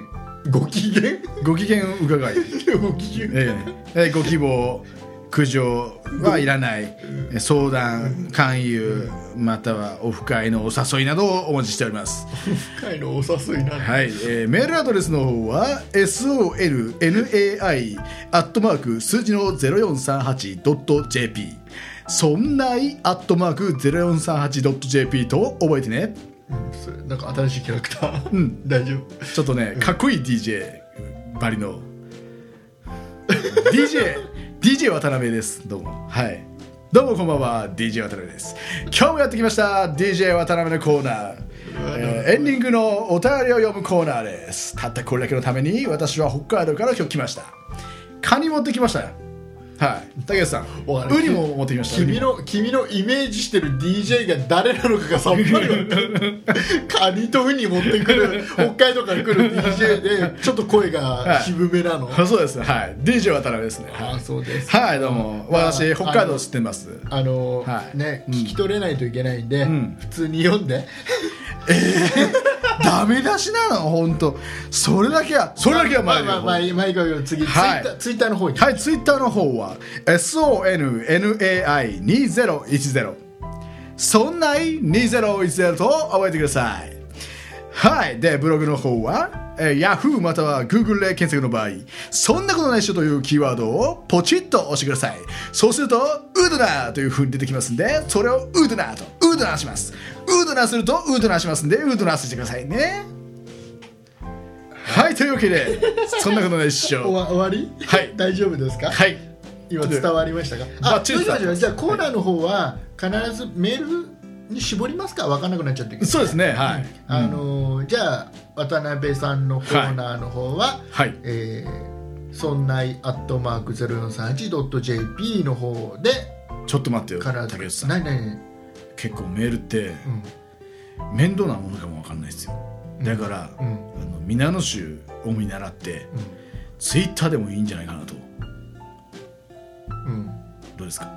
[SPEAKER 2] ご機嫌
[SPEAKER 1] ご機嫌伺 い、
[SPEAKER 2] ご機嫌、
[SPEAKER 1] えーえーご希望苦情はいらないえー相談勧誘またはオフ会のお誘いなどをお待ちしております
[SPEAKER 2] 深いのお誘いなんで
[SPEAKER 1] はい、えーメールアドレスの方は solnai アットマーク数字の 0438.jp そんないアットマーク 0438.jp と覚えてね
[SPEAKER 2] うんそれなんか新しいキャラクター、
[SPEAKER 1] ん
[SPEAKER 2] 大丈夫
[SPEAKER 1] ちょっとね、かっこいい DJ バリの DJ DJ 渡辺です。どうも。はい。どうもこんばんは DJ 渡辺です。今日もやってきました DJ 渡辺のコーナー。えーエンディングのお便りを読むコーナーです。たったこれだけのために私は北海道から今日来ました。カニ持ってきましたよ。はい。竹内さん、
[SPEAKER 2] わかる
[SPEAKER 1] ウニも持ってきました。
[SPEAKER 2] 君の君のイメージしてる DJ が誰なのかがさっぱり 分かんないカニとウニ持ってくる北海道から来る DJ でちょっと声が渋めなの、
[SPEAKER 1] あそうです。はい。DJ 渡辺ですね。
[SPEAKER 2] あ
[SPEAKER 1] は
[SPEAKER 2] あそうで
[SPEAKER 1] い、
[SPEAKER 2] す
[SPEAKER 1] はい、どうも。私、
[SPEAKER 2] あ
[SPEAKER 1] 北海道知ってます。
[SPEAKER 2] あの
[SPEAKER 1] はい
[SPEAKER 2] ね、
[SPEAKER 1] うん
[SPEAKER 2] 聞き取れないといけないんで、
[SPEAKER 1] ん
[SPEAKER 2] 普通に読んで
[SPEAKER 1] ダメ出しなの本当それだけはそれだけは
[SPEAKER 2] ま
[SPEAKER 1] ま
[SPEAKER 2] あまあまあまあいいかよ次、
[SPEAKER 1] は
[SPEAKER 2] ツ
[SPEAKER 1] い
[SPEAKER 2] イッターツイッターの方に、
[SPEAKER 1] はいツイッターの方は SONNAI2010 そんない2010と覚えてくださいはいでブログの方は、えー、Yahoo または Google で検索の場合そんなことないっしょというキーワードをポチッと押してくださいそうするとウドナーという風に出てきますんでそれをウドナーとウドナーしますウドナーするとウドナーしますんでウドナーしてくださいねはいというわけでそんなことないっし
[SPEAKER 2] お
[SPEAKER 1] ょ
[SPEAKER 2] わ終わり、
[SPEAKER 1] はい
[SPEAKER 2] 大丈夫ですか、
[SPEAKER 1] はい
[SPEAKER 2] 今伝わりましたか
[SPEAKER 1] バ
[SPEAKER 2] あ
[SPEAKER 1] ッ
[SPEAKER 2] ど
[SPEAKER 1] チリ
[SPEAKER 2] うし
[SPEAKER 1] 伝わ
[SPEAKER 2] まし
[SPEAKER 1] っ
[SPEAKER 2] ょうじゃあコーナーの方は必ずメールに絞りますか分かんなくなっちゃってるけど
[SPEAKER 1] そうですねはい、
[SPEAKER 2] あのーじゃあ渡辺さんのコーナーの方は、
[SPEAKER 1] はい
[SPEAKER 2] えー、そんないアットマーク 0438.jp の方で
[SPEAKER 1] ちょっと待ってよ竹
[SPEAKER 2] 必
[SPEAKER 1] 内
[SPEAKER 2] ず
[SPEAKER 1] さん
[SPEAKER 2] ないないない、
[SPEAKER 1] 結構メールって
[SPEAKER 2] うん
[SPEAKER 1] 面倒なものかもわかんないですよだから、
[SPEAKER 2] うん
[SPEAKER 1] あの皆の衆を見習って、ツイッターでもいいんじゃないかなと
[SPEAKER 2] うん
[SPEAKER 1] どうですか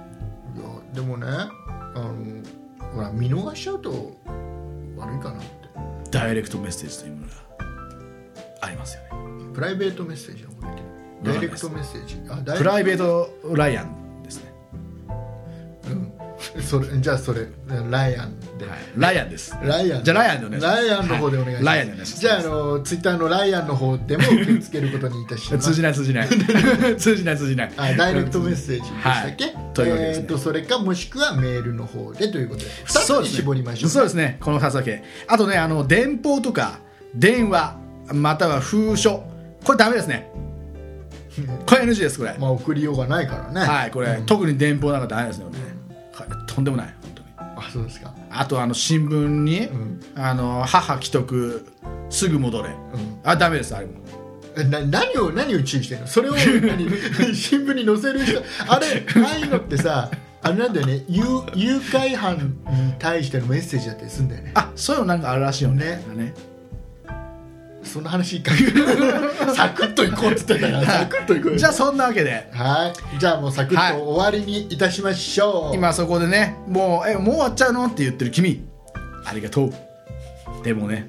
[SPEAKER 2] いやでもねあのほら見逃しちゃうと悪いかなって
[SPEAKER 1] ダイレクトメッセージというものがありますよね
[SPEAKER 2] プライベートメッセージの方で
[SPEAKER 1] わ
[SPEAKER 2] ダイ
[SPEAKER 1] かんない
[SPEAKER 2] レ
[SPEAKER 1] で
[SPEAKER 2] ク
[SPEAKER 1] す
[SPEAKER 2] トメッセージあダ
[SPEAKER 1] プライベートライアンですね
[SPEAKER 2] それじゃあそれライアンで、
[SPEAKER 1] ライアンです
[SPEAKER 2] ライアン
[SPEAKER 1] じゃあライアンでお願いします
[SPEAKER 2] ライアンの方でお願いします、
[SPEAKER 1] はいライアンでお願いします
[SPEAKER 2] じゃああのツイッターのライアンの方でも受け付けることにいたし ます
[SPEAKER 1] 通じない通じない 通じない通じない
[SPEAKER 2] あダイレクトメッセージでしたっけ、
[SPEAKER 1] はいというわけですね
[SPEAKER 2] えーとそれかもしくはメールの方でということで
[SPEAKER 1] そ
[SPEAKER 2] 2
[SPEAKER 1] う
[SPEAKER 2] つ
[SPEAKER 1] で
[SPEAKER 2] に
[SPEAKER 1] すね
[SPEAKER 2] 絞りましょう
[SPEAKER 1] そうですねこの2つだけあとねあの電報とか電話または封書これダメで すねこれ NG ですこれ、
[SPEAKER 2] まあ送りようがないからね
[SPEAKER 1] はいこれ、特に電報なんかダメですねこれねはいとんでもない本当に
[SPEAKER 2] あそうですか
[SPEAKER 1] あとあの新聞に、
[SPEAKER 2] ん
[SPEAKER 1] あの母既得すぐ戻れ、
[SPEAKER 2] ん
[SPEAKER 1] あダメですあれも
[SPEAKER 2] えな何を何を注意してるのそれを何 新聞に載せる人あれああいうのってさあれなんだよね誘誘拐犯に対してのメッセージだったりするんだよね
[SPEAKER 1] あそういうのなんかあるらしいよねね
[SPEAKER 2] そんな話いい かサクッといこうって言ってたからサクッといこう
[SPEAKER 1] じゃあそんなわけで
[SPEAKER 2] はいじゃあもうサクッと終わりにいたしましょう、
[SPEAKER 1] 今そこでねもうえもう終わっちゃうのって言ってる君ありがとうでもね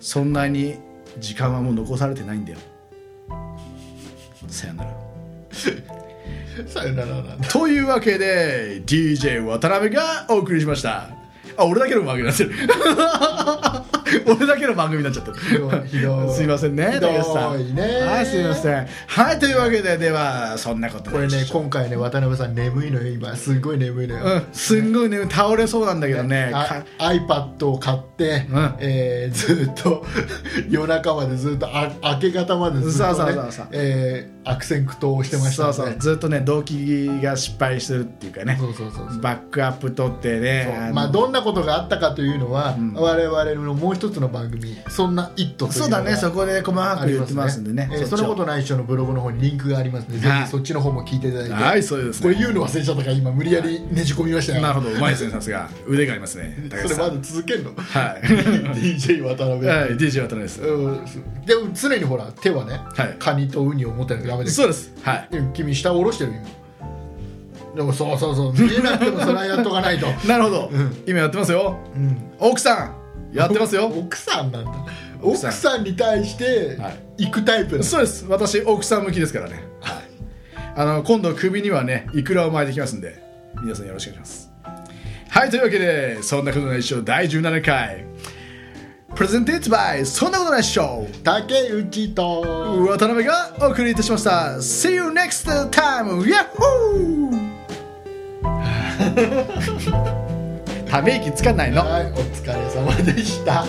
[SPEAKER 1] そんなに時間はもう残されてないんだよさよなら
[SPEAKER 2] さよならなんだ
[SPEAKER 1] というわけで DJ 渡辺がお送りしましたあ俺だけの番組になってる 俺だけの番組になっちゃった
[SPEAKER 2] どいひどい
[SPEAKER 1] すいませんね
[SPEAKER 2] ひどいね
[SPEAKER 1] 高橋さんはいすいませんはいというわけでではそんなことで
[SPEAKER 2] これね
[SPEAKER 1] しょ
[SPEAKER 2] 今回ね渡辺さん眠いのよ今すごい眠いのよ、
[SPEAKER 1] うん、すんごいね倒れそうなんだけどね
[SPEAKER 2] あ
[SPEAKER 1] か
[SPEAKER 2] iPad を買って、
[SPEAKER 1] うん
[SPEAKER 2] えーずっと 夜中までずっとあ明け方までずっ
[SPEAKER 1] そ
[SPEAKER 2] と、
[SPEAKER 1] う
[SPEAKER 2] ね
[SPEAKER 1] そうそうそう
[SPEAKER 2] えー悪戦苦闘をしてました
[SPEAKER 1] そ
[SPEAKER 2] ね
[SPEAKER 1] うそうずっとね動機が失敗してるっていうかね
[SPEAKER 2] そうそうそうそう
[SPEAKER 1] バックアップ取って
[SPEAKER 2] そう
[SPEAKER 1] ねあの
[SPEAKER 2] まあ、どんなことがあったかというのは、我々のもう一つの番組「そんな一途というの
[SPEAKER 1] そ
[SPEAKER 2] が
[SPEAKER 1] うだねそこで細かく言ってますんでね
[SPEAKER 2] ありまえー
[SPEAKER 1] そ
[SPEAKER 2] そ
[SPEAKER 1] っちを
[SPEAKER 2] のことない人のブログの方にリンクがありますので、
[SPEAKER 1] はい
[SPEAKER 2] ぜひそっちの方も聞いていただいて、
[SPEAKER 1] はいそうです
[SPEAKER 2] これ
[SPEAKER 1] ね
[SPEAKER 2] 言うの忘れちゃったから今無理やりねじ込みましたよ、
[SPEAKER 1] なるほどうまいですねさすが腕がありますね高
[SPEAKER 2] そ
[SPEAKER 1] 橋
[SPEAKER 2] れ
[SPEAKER 1] さ
[SPEAKER 2] ま
[SPEAKER 1] ん
[SPEAKER 2] だ続けるの
[SPEAKER 1] はい
[SPEAKER 2] DJ 渡辺、
[SPEAKER 1] はい DJ 渡辺です
[SPEAKER 2] うんでも常にほら手はね、
[SPEAKER 1] はい
[SPEAKER 2] カニとウニを持ってるのやめて
[SPEAKER 1] そうですはい
[SPEAKER 2] うん君下下ろしてる今でもそうそうそう見えなくてもそれはやっとかないと、
[SPEAKER 1] なるほど、今やってますよ
[SPEAKER 2] うん、
[SPEAKER 1] 奥さん やってますよ
[SPEAKER 2] 奥さんなんだ
[SPEAKER 1] 奥
[SPEAKER 2] 奥
[SPEAKER 1] さ
[SPEAKER 2] さ
[SPEAKER 1] ん
[SPEAKER 2] んに対して
[SPEAKER 1] は
[SPEAKER 2] 行くタイプだ、
[SPEAKER 1] そうです私奥さん向きですからねはいあの今度首にはねいくらを巻いてきますんで皆さんよろしくお願いしますはいというわけでそんなことないっしょ第17回プレゼンテッドバイそんなことないっしょ
[SPEAKER 2] 竹内と
[SPEAKER 1] 渡辺がお送りいたしました See you next time! ヤッホー ため息つかないの
[SPEAKER 2] はいお疲れ様でした